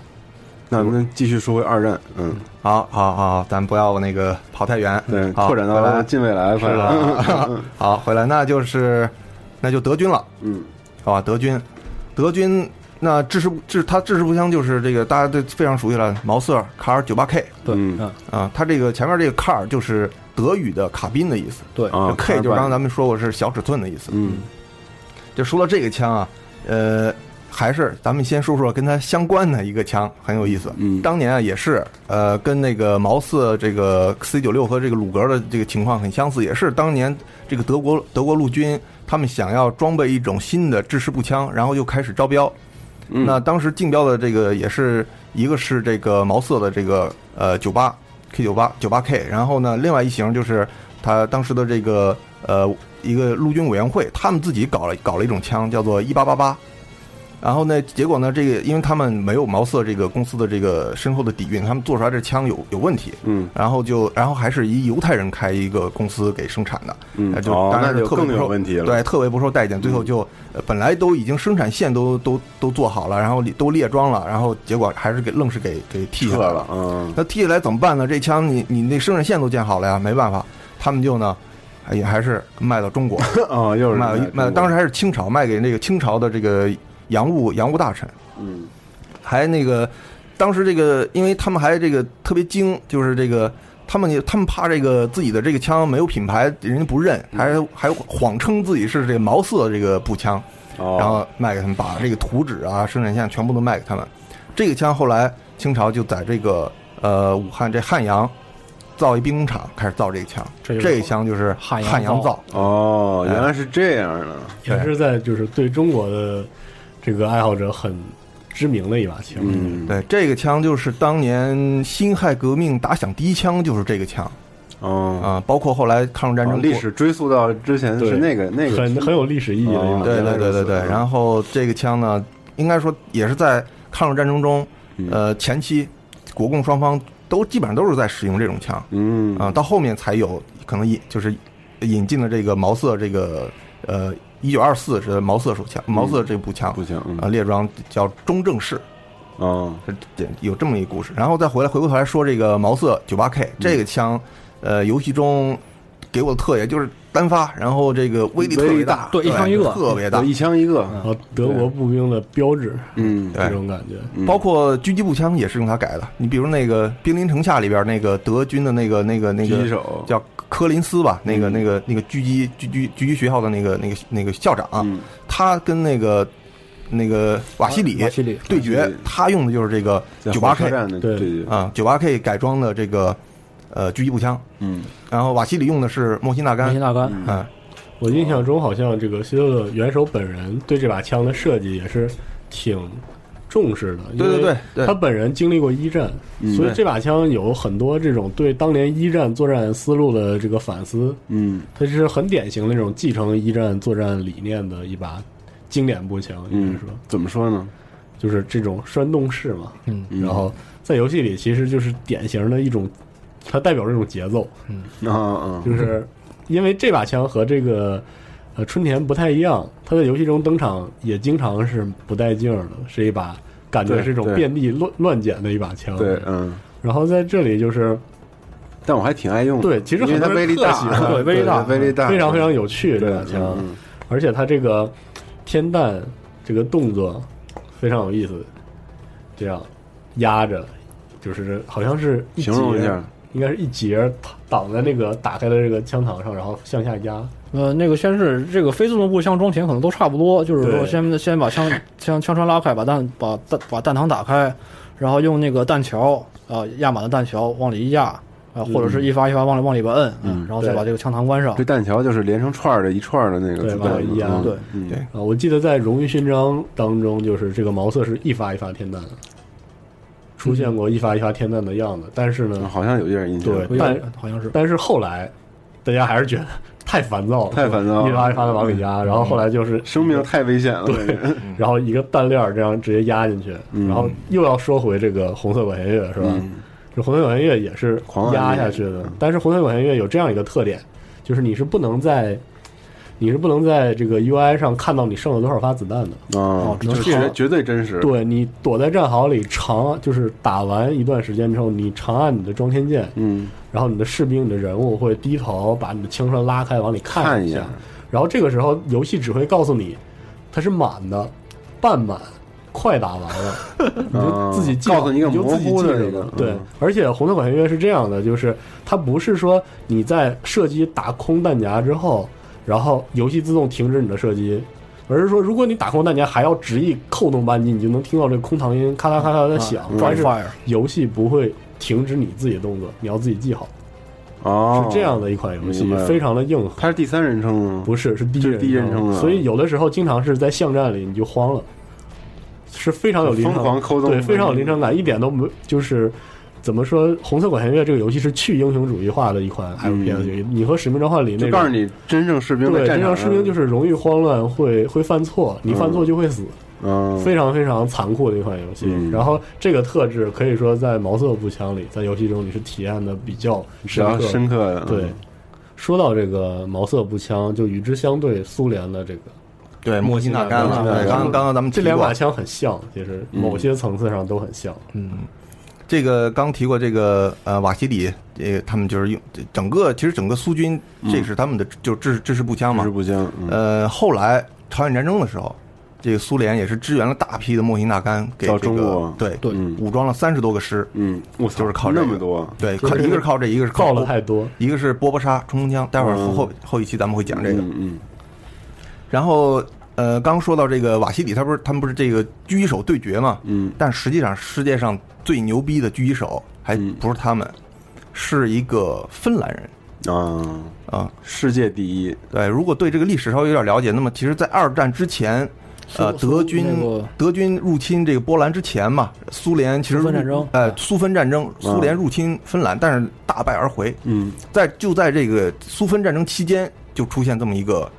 Speaker 9: 那咱们继续说回二战，嗯，
Speaker 3: 好好好，咱不要那个跑太远，
Speaker 9: 对，
Speaker 3: 好
Speaker 9: 拓展
Speaker 3: 回
Speaker 9: 到
Speaker 3: 来
Speaker 9: 近未来，啊
Speaker 3: 是
Speaker 9: 反 正
Speaker 3: 的，好，回来那就是那就德军了，
Speaker 9: 嗯，
Speaker 3: 好吧，德军，德军那制式制它制式步枪就是这个大家都非常熟悉了，毛瑟卡尔九八 K
Speaker 10: 对，
Speaker 9: 嗯
Speaker 10: 嗯，
Speaker 3: 啊，它这个前面这个卡尔就是德语的卡宾的意思，
Speaker 10: 对，
Speaker 9: 啊
Speaker 3: 这 K 就是刚
Speaker 9: 卡尔
Speaker 3: 才咱们说过是小尺寸的意思。
Speaker 9: 嗯，
Speaker 3: 就说到这个枪啊，呃，还是咱们先说说跟它相关的一个枪，很有意思。
Speaker 9: 嗯
Speaker 3: 当年啊也是，呃，跟那个毛瑟这个 C 九六和这个鲁格的这个情况很相似，也是当年这个德国德国陆军他们想要装备一种新的制式步枪，然后就开始招标。
Speaker 9: 嗯
Speaker 3: 那当时竞标的这个也是一个是这个毛瑟的这个呃九八 K 九八九八 K，然后呢，另外一型就是他当时的这个呃一个陆军委员会，他们自己搞了搞了一种枪，叫做一八八八。然后呢，结果呢，这个因为他们没有毛瑟这个公司的这个深厚的底蕴，他们做出来这枪有有问题。
Speaker 9: 嗯，
Speaker 3: 然后就，然后还是一犹太人开一个公司给生产的，
Speaker 9: 嗯
Speaker 3: 呃就
Speaker 9: 哦
Speaker 3: 当然
Speaker 9: 那
Speaker 3: 是
Speaker 9: 就
Speaker 3: 特别
Speaker 9: 更
Speaker 3: 不
Speaker 9: 有
Speaker 3: 受
Speaker 9: 问题了
Speaker 3: 对，特别不受待见。最
Speaker 9: 嗯
Speaker 3: 后就、呃本来都已经生产线都都都做好了，然后都列装了，然后结果还是给愣是给给替下
Speaker 9: 撤
Speaker 3: 来
Speaker 9: 了，嗯，
Speaker 3: 那踢下来怎么办呢？这枪你你那生产线都建好了呀，没办法，他们就呢，哎也还是卖到中国，
Speaker 9: 哦，又是
Speaker 3: 卖到
Speaker 9: 人来
Speaker 3: 卖到
Speaker 9: 中国
Speaker 3: 当时还是清朝，卖给那个清朝的这个洋务洋务大臣，
Speaker 9: 嗯，
Speaker 3: 还那个当时这个，因为他们还这个特别精，就是这个他们也他们怕这个自己的这个枪没有品牌，人家不
Speaker 9: 嗯
Speaker 3: 认，还还谎称自己是这个毛瑟这个步枪，
Speaker 9: 哦
Speaker 3: 然后卖给他们，把这个图纸啊、生产线全部都卖给他们。这个枪后来清朝就在这个呃武汉这汉阳造一兵工厂，开始造这个枪。
Speaker 10: 这就是
Speaker 3: 这个枪就是
Speaker 10: 汉阳
Speaker 3: 汉阳
Speaker 10: 造
Speaker 3: 造，
Speaker 9: 哦，原来是这样的，
Speaker 3: 嗯
Speaker 11: 也是在就是对中国的这个爱好者很知名的一把枪。
Speaker 9: 嗯，
Speaker 3: 对，这个枪就是当年辛亥革命打响第一枪就是这个枪
Speaker 9: 哦，
Speaker 3: 啊、包括后来抗日战
Speaker 9: 然后
Speaker 3: 争
Speaker 9: 啊历史追溯到之前是
Speaker 11: 对
Speaker 9: 那个那个
Speaker 11: 很很有历史意义的一
Speaker 9: 哦
Speaker 11: 把。
Speaker 3: 对对对对对。
Speaker 9: 嗯
Speaker 3: 然后这个枪呢，应该说也是在抗日战争中
Speaker 9: 嗯，
Speaker 3: 呃，前期国共双方都基本上都是在使用这种枪
Speaker 9: 嗯
Speaker 3: 啊、到后面才有可能引就是引进了这个毛瑟这个呃一九二四是毛瑟手枪，毛瑟这步枪
Speaker 9: 不行，
Speaker 3: 啊、列装叫中正式。
Speaker 9: 嗯哦，
Speaker 3: 是这有这么一个故事，然后再回来回过头来说这个毛瑟九八 K 这个枪，呃，游戏中给我的特点就是单发，然后这个威力特别大，
Speaker 11: 对一枪一个
Speaker 3: 特别大，
Speaker 11: 对一
Speaker 9: 枪一个，
Speaker 3: 后
Speaker 11: 德国步兵的标志，
Speaker 9: 嗯，
Speaker 3: 对
Speaker 11: 这种感觉，
Speaker 3: 包括狙击步枪也是用它改的。你比如那个《兵临城下》里边那个德军的那个那个那
Speaker 9: 狙
Speaker 3: 个
Speaker 9: 击手
Speaker 3: 叫柯林斯吧，那个那个那个狙击狙击狙击学校的那个那个那个校长，啊他跟那个那个瓦西里
Speaker 10: 瓦西里
Speaker 3: 对决，他用的就是这个
Speaker 9: 在
Speaker 3: 九八
Speaker 9: 火车
Speaker 3: K
Speaker 9: 站的对对对
Speaker 3: 啊九八 K 改装的这个呃狙击步枪，
Speaker 9: 嗯，
Speaker 3: 然后瓦西里用的是莫辛纳甘，莫辛
Speaker 10: 纳甘，
Speaker 3: 嗯，
Speaker 11: 我印象中好像这个希特勒元首本人对这把枪的设计也是挺重视的，
Speaker 3: 对对对对
Speaker 11: 他本人经历过一战，
Speaker 9: 嗯
Speaker 11: 所以这把枪有很多这种对当年一战作战思路的这个反思，
Speaker 9: 嗯，
Speaker 11: 它是很典型的那种继承一战作战理念的一把经典步枪，应
Speaker 3: 嗯
Speaker 11: 该说，
Speaker 9: 嗯怎么说呢？
Speaker 11: 就是这种栓动式嘛，
Speaker 10: 嗯
Speaker 11: 然后在游戏里其实就是典型的一种，它代表这种节奏，
Speaker 10: 嗯
Speaker 9: 啊啊，
Speaker 11: 就是因为这把枪和这个呃春田不太一样，它在游戏中登场也经常是不带劲儿的，是一把感觉
Speaker 9: 对
Speaker 11: 是一种
Speaker 9: 对
Speaker 11: 遍地乱乱捡的一把枪。
Speaker 9: 对，嗯，
Speaker 11: 然后在这里就是，
Speaker 9: 但我还挺爱用的，
Speaker 11: 对，其实
Speaker 9: 因为
Speaker 11: 很
Speaker 9: 它
Speaker 11: 多
Speaker 9: 威力
Speaker 11: 人特喜
Speaker 9: 大，啊嗯
Speaker 11: 欢，对，威力大，嗯
Speaker 9: 威力大，
Speaker 11: 非常非常有趣这把
Speaker 9: 对
Speaker 11: 枪
Speaker 9: 嗯嗯，
Speaker 11: 而且它这个天弹这个动作非常有意思，这样压着，就是好像是一节
Speaker 9: 形容一下，
Speaker 11: 应该是一节挡在那个打开的这个枪膛上，然后向下压，
Speaker 10: 呃，那个先是这个非自动步枪装填可能都差不多，就是说
Speaker 11: 对
Speaker 10: 先先把枪枪枪栓拉开，把弹把弹把弹膛打开，然后用那个弹桥啊压满了弹桥往里一压啊、
Speaker 9: 嗯
Speaker 10: 或者是一发一发往里往里边摁，嗯然后再把这个枪膛关上
Speaker 9: 这。弹桥就是连成串儿的一串儿的那个
Speaker 11: 对
Speaker 9: 子
Speaker 11: 往
Speaker 9: 弹
Speaker 11: 外
Speaker 9: 嘛，
Speaker 11: 一压
Speaker 9: 嗯
Speaker 11: 对
Speaker 9: 嗯
Speaker 3: 对
Speaker 11: 啊，我记得在荣誉勋章当中，就是这个毛瑟是一发一发天弹的，出现过一发一发天弹的样子。但是呢，
Speaker 9: 好像有一点印象，
Speaker 11: 对，但
Speaker 10: 好像是，
Speaker 11: 但是后来大家还是觉得太烦躁了，
Speaker 9: 太烦躁了
Speaker 11: 一发一发的往里压。然后后来就是
Speaker 9: 生命太危险了，
Speaker 11: 对，然后一个弹链儿这样直接压进去，
Speaker 9: 嗯
Speaker 11: 然后又要说回这个红色管弦乐是吧？这红色管弦乐也是
Speaker 9: 狂按
Speaker 11: 压下去的，但是红色管弦乐有这样一个特点，就是你是不能在你是不能在这个 UI 上看到你剩了多少发子弹的。
Speaker 9: 啊，
Speaker 11: 只能
Speaker 9: 就是
Speaker 11: 靠
Speaker 9: 绝绝对真实，
Speaker 11: 对你躲在战壕里长，就是打完一段时间之后，你长按你的装填键，
Speaker 9: 嗯，
Speaker 11: 然后你的士兵、你的人物会低头把你的枪栓拉开，往里
Speaker 9: 看一
Speaker 11: 一
Speaker 9: 眼
Speaker 11: 然后这个时候游戏只会告诉你它是满的、半满、快打完了，你就自己记
Speaker 9: 嗯啊告诉你一个
Speaker 11: 你就
Speaker 9: 模
Speaker 11: 自己
Speaker 9: 糊
Speaker 11: 记
Speaker 9: 的
Speaker 11: 着
Speaker 9: 一个
Speaker 11: 了
Speaker 9: 嗯
Speaker 11: 对，而且红色管弦乐是这样的，就是它不是说你在射击打空弹夹之后，然后游戏自动停止你的射击。而是说，如果你打空弹夹还要执意扣动扳机，你就能听到这个空膛音咔啦咔啦的响
Speaker 9: 嗯
Speaker 10: 啊。
Speaker 11: 但是
Speaker 10: Dry fire
Speaker 11: 游戏不会停止你自己的动作，你要自己记好。
Speaker 9: 哦，
Speaker 11: 是这样的一款游戏
Speaker 9: 明白了
Speaker 11: 非常的硬核
Speaker 9: 它是第三人称吗？
Speaker 11: 不是，是第一
Speaker 9: 啊就是
Speaker 11: 人
Speaker 9: 第一人称的，啊
Speaker 11: 所以有的时候经常是在巷战里你就慌了，是非常有临
Speaker 9: 疯
Speaker 11: 场
Speaker 9: 狂
Speaker 11: 感，
Speaker 9: 扣动
Speaker 11: 对，非常有临场感，一点都没就是怎么说，《红色管弦乐》这个游戏是去英雄主义化的一款 FPS 游戏，你和《使命召唤》里那
Speaker 9: 嗯就
Speaker 11: 个
Speaker 9: 告诉你真正士兵在
Speaker 11: 对，
Speaker 9: 战
Speaker 11: 真
Speaker 9: 场
Speaker 11: 正
Speaker 9: 上，
Speaker 11: 士兵就是容易慌乱，会会犯错，你犯错就会死。
Speaker 9: 嗯，
Speaker 11: 非常非常残酷的一款游戏。
Speaker 9: 嗯
Speaker 11: 然后这个特质可以说在毛瑟步枪里，在游戏中你是体验的比较深刻
Speaker 9: 比较深刻的嗯
Speaker 11: 对，说到这个毛瑟步枪，就与之相对苏联的这个。
Speaker 3: 对莫辛纳甘了对刚刚刚咱们提
Speaker 11: 这
Speaker 3: 过
Speaker 11: 两把枪很像，其实某些层次上都很像。
Speaker 3: 嗯，这个刚提过这个呃瓦西里，这个他们就是用这整个其实整个苏军
Speaker 9: 嗯
Speaker 3: 这是他们的就制制式步枪嘛，
Speaker 9: 制式步枪。
Speaker 3: 呃，后来朝鲜战争的时候，这个苏联也是支援了大批的莫辛纳甘给
Speaker 9: 到
Speaker 3: 这
Speaker 9: 中
Speaker 3: 个
Speaker 9: 国
Speaker 3: 对
Speaker 9: 对嗯
Speaker 3: 武装了三十多个师，
Speaker 9: 嗯，我操
Speaker 3: 就是靠这个
Speaker 9: 那么多
Speaker 3: 对，
Speaker 9: 就是
Speaker 3: 靠一个是靠这，一个是靠
Speaker 11: 造了太多，
Speaker 3: 一个是波波沙冲锋枪，待会儿
Speaker 9: 嗯
Speaker 3: 后后一期咱们会讲这个，
Speaker 9: 嗯嗯
Speaker 3: 然后呃，刚说到这个瓦西里，他不是他们不是这个狙击手对决嘛？
Speaker 9: 嗯，
Speaker 3: 但实际上世界上最牛逼的狙击手还
Speaker 9: 嗯
Speaker 3: 不是他们，是一个芬兰人。
Speaker 9: 啊
Speaker 3: 啊，
Speaker 9: 世界第一。
Speaker 3: 对，如果对这个历史稍微有点了解，那么其实，在二战之前。呃，
Speaker 10: 苏
Speaker 3: 德军、
Speaker 10: 那个
Speaker 3: 德军入侵这个波兰之前嘛，苏联其实
Speaker 10: 苏芬
Speaker 3: 入
Speaker 10: 战争
Speaker 3: 呃，苏芬战争，苏联入侵芬兰，但是大败而回。
Speaker 9: 啊嗯，
Speaker 3: 在就在这个苏芬战争期间，就出现这么一个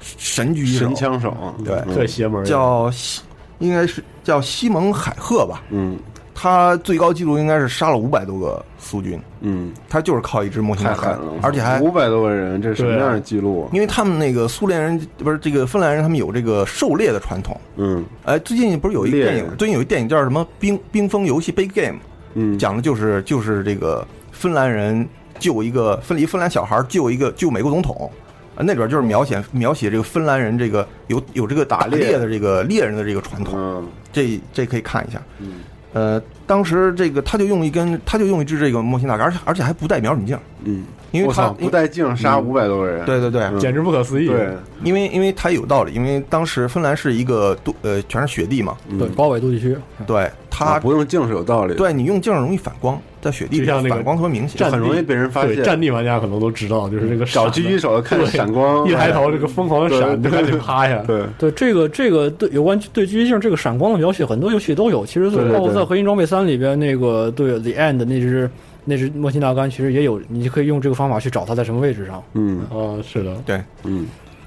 Speaker 3: 神狙击手、
Speaker 9: 神枪手，
Speaker 3: 对，
Speaker 9: 嗯
Speaker 3: 叫西，应该是叫西蒙海赫吧。
Speaker 9: 嗯，
Speaker 3: 他最高纪录应该是杀了五百多个苏军。
Speaker 9: 嗯，
Speaker 3: 他就是靠一支莫辛
Speaker 9: 太
Speaker 3: 纳
Speaker 9: 狠
Speaker 3: 甘
Speaker 9: 了，，
Speaker 3: 而且嗯还
Speaker 9: 五百多个人，这是什么
Speaker 3: 对啊
Speaker 9: 样的记录啊？
Speaker 3: 因为他们那个苏联人不是这个芬兰人，他们有这个狩猎的传统。
Speaker 9: 嗯，
Speaker 3: 哎，最近不是有一个
Speaker 9: 猎人
Speaker 3: 电影，最近有一电影叫什么《冰冰封游戏》（Big Game），
Speaker 9: 嗯，
Speaker 3: 讲的就是就是这个芬兰人救一个分离芬兰小孩救一个救美国总统。啊，那里边就是描写描写这个芬兰人这个有有这个打
Speaker 9: 嗯猎嗯
Speaker 3: 猎的这个猎人的这个传统，这这可以看一下。呃，当时这个他就用一根，他就用一支这个莫辛纳杆，而且而且还不带瞄准镜，
Speaker 9: 嗯，
Speaker 3: 因为
Speaker 9: 我
Speaker 3: 他
Speaker 9: 操不带镜杀
Speaker 3: 嗯
Speaker 9: 500多个人
Speaker 3: 对对对
Speaker 9: 嗯，简直不可思议对，
Speaker 3: 因为因为他有道理，因为当时芬兰是一个多呃全是雪地嘛，
Speaker 9: 嗯
Speaker 10: 对高纬度地区，
Speaker 3: 对他
Speaker 9: 啊不用镜是有道理的
Speaker 3: 对你用镜容易反光，在雪地
Speaker 11: 就
Speaker 3: 里
Speaker 11: 像那个
Speaker 3: 反光特别明显，
Speaker 11: 战地对战地玩家可能都知道，就是这个
Speaker 9: 找
Speaker 11: 闪的
Speaker 9: 嗯狙击手看
Speaker 11: 对
Speaker 9: 闪光哎
Speaker 11: 一抬头这个疯狂的闪，就
Speaker 10: 对
Speaker 11: 赶紧趴下。
Speaker 9: 对，
Speaker 10: 对这个这个对有关对狙击镜这个闪光的描写，很多游戏都有。其实
Speaker 9: 对对
Speaker 10: 包括在
Speaker 9: 对
Speaker 10: 《合金装备三》里边那个对 The End 那只那只莫辛纳甘，其实也有，你就可以用这个方法去找它在什么位置上。
Speaker 9: 嗯，
Speaker 11: 啊，是的，
Speaker 3: 对，
Speaker 9: 嗯，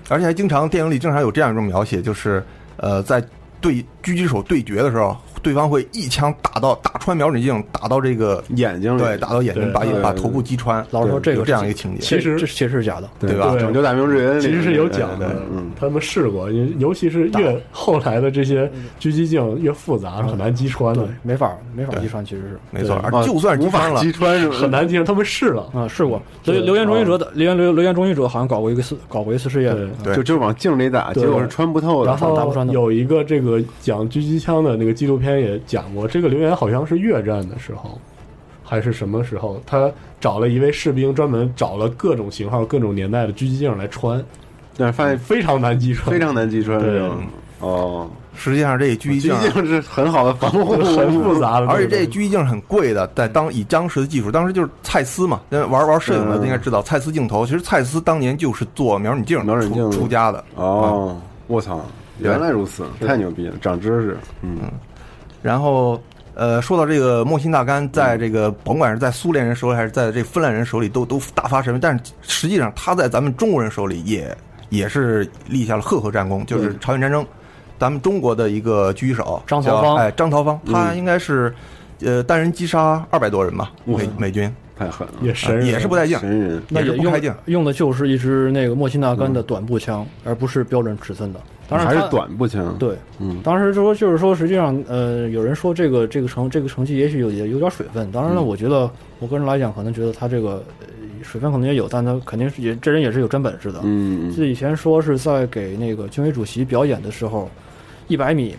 Speaker 3: 而且还经常电影里经常有这样一种描写，就是呃，在对狙击手对决的时候，对方会一枪打到打穿瞄准镜，打到这个
Speaker 9: 眼睛里
Speaker 3: 对，打到眼睛，
Speaker 9: 对
Speaker 3: 把
Speaker 9: 对
Speaker 3: 把头部击穿。
Speaker 10: 老实说，
Speaker 3: 对
Speaker 10: 这
Speaker 3: 有
Speaker 10: 个
Speaker 3: 这样一个情节，
Speaker 10: 其实这其实是假的，
Speaker 3: 对吧？
Speaker 11: 拯
Speaker 9: 救大明之人
Speaker 11: 其实是有讲
Speaker 9: 对对嗯
Speaker 11: 的
Speaker 9: 对，
Speaker 11: 他们试过，因为尤其是越后来的这些狙击镜越复杂，很难击穿的，
Speaker 9: 嗯
Speaker 10: 没法没法击穿，其实是
Speaker 3: 没错而就
Speaker 9: 啊
Speaker 3: 算是击穿了无法击
Speaker 9: 穿是吧
Speaker 11: 很难击穿，他们试
Speaker 9: 嗯
Speaker 11: 了
Speaker 10: 啊，试过。所以留言终结者的留言留留言终结者好像搞过一个次搞过一次试验，啊
Speaker 9: 对就就是往镜里打，
Speaker 11: 对
Speaker 9: 结果是穿不透的，
Speaker 11: 然后有一个这个讲狙击枪的那个纪录片也讲过，这个留言好像是越战的时候，还是什么时候，他找了一位士兵，专门找了各种型号、各种年代的狙击镜来穿，
Speaker 9: 但是发现
Speaker 11: 非常难击穿，
Speaker 9: 非常难击穿
Speaker 11: 对
Speaker 9: 这种。哦，
Speaker 3: 实际上这狙击镜啊
Speaker 9: 狙击镜是很好的防护，
Speaker 11: 很复杂的
Speaker 3: 而且
Speaker 11: 对
Speaker 3: 这嗯狙击镜很贵的，在当以当时的技术，当时就是蔡司嘛，那玩玩摄影的
Speaker 9: 嗯
Speaker 3: 应该知道，蔡司镜头，其实蔡司当年就是做瞄准镜瞄准镜出家的。
Speaker 9: 哦，我操，原来如此，
Speaker 3: 对
Speaker 9: 太牛逼了，长知识。嗯，
Speaker 3: 然后，呃，说到这个莫辛纳甘，在这个甭管是在苏联人手里，还是在这芬兰人手里，都都大发神威。但是实际上，他在咱们中国人手里也也是立下了赫赫战功，就是朝鲜战争，咱们中国的一个狙击手
Speaker 10: 张
Speaker 3: 叫
Speaker 10: 桃芳
Speaker 3: 哎，张桃芳，他应该是。呃，单人击杀二百多人吧，
Speaker 10: 哇
Speaker 3: 美美军
Speaker 9: 太狠了，
Speaker 11: 也神人
Speaker 3: 也是不带劲，
Speaker 9: 神人
Speaker 10: 那
Speaker 3: 也是
Speaker 10: 也
Speaker 3: 不
Speaker 10: 用
Speaker 3: 开镜，
Speaker 10: 用的就是一支那个莫辛纳甘的短步枪，而不是标准尺寸的。当然
Speaker 9: 还是
Speaker 10: 它
Speaker 9: 短步枪。
Speaker 10: 对，
Speaker 9: 嗯，
Speaker 10: 当时就说就是说，实际上，呃，有人说这个这个成这个成绩也许有也有点水分。当然
Speaker 3: 嗯
Speaker 10: 了，我觉得我个人来讲，可能觉得他这个呃水分可能也有，但他肯定是也这人也是有真本事的。
Speaker 9: 嗯
Speaker 10: 记得以前说是在给那个军委主席表演的时候，一百米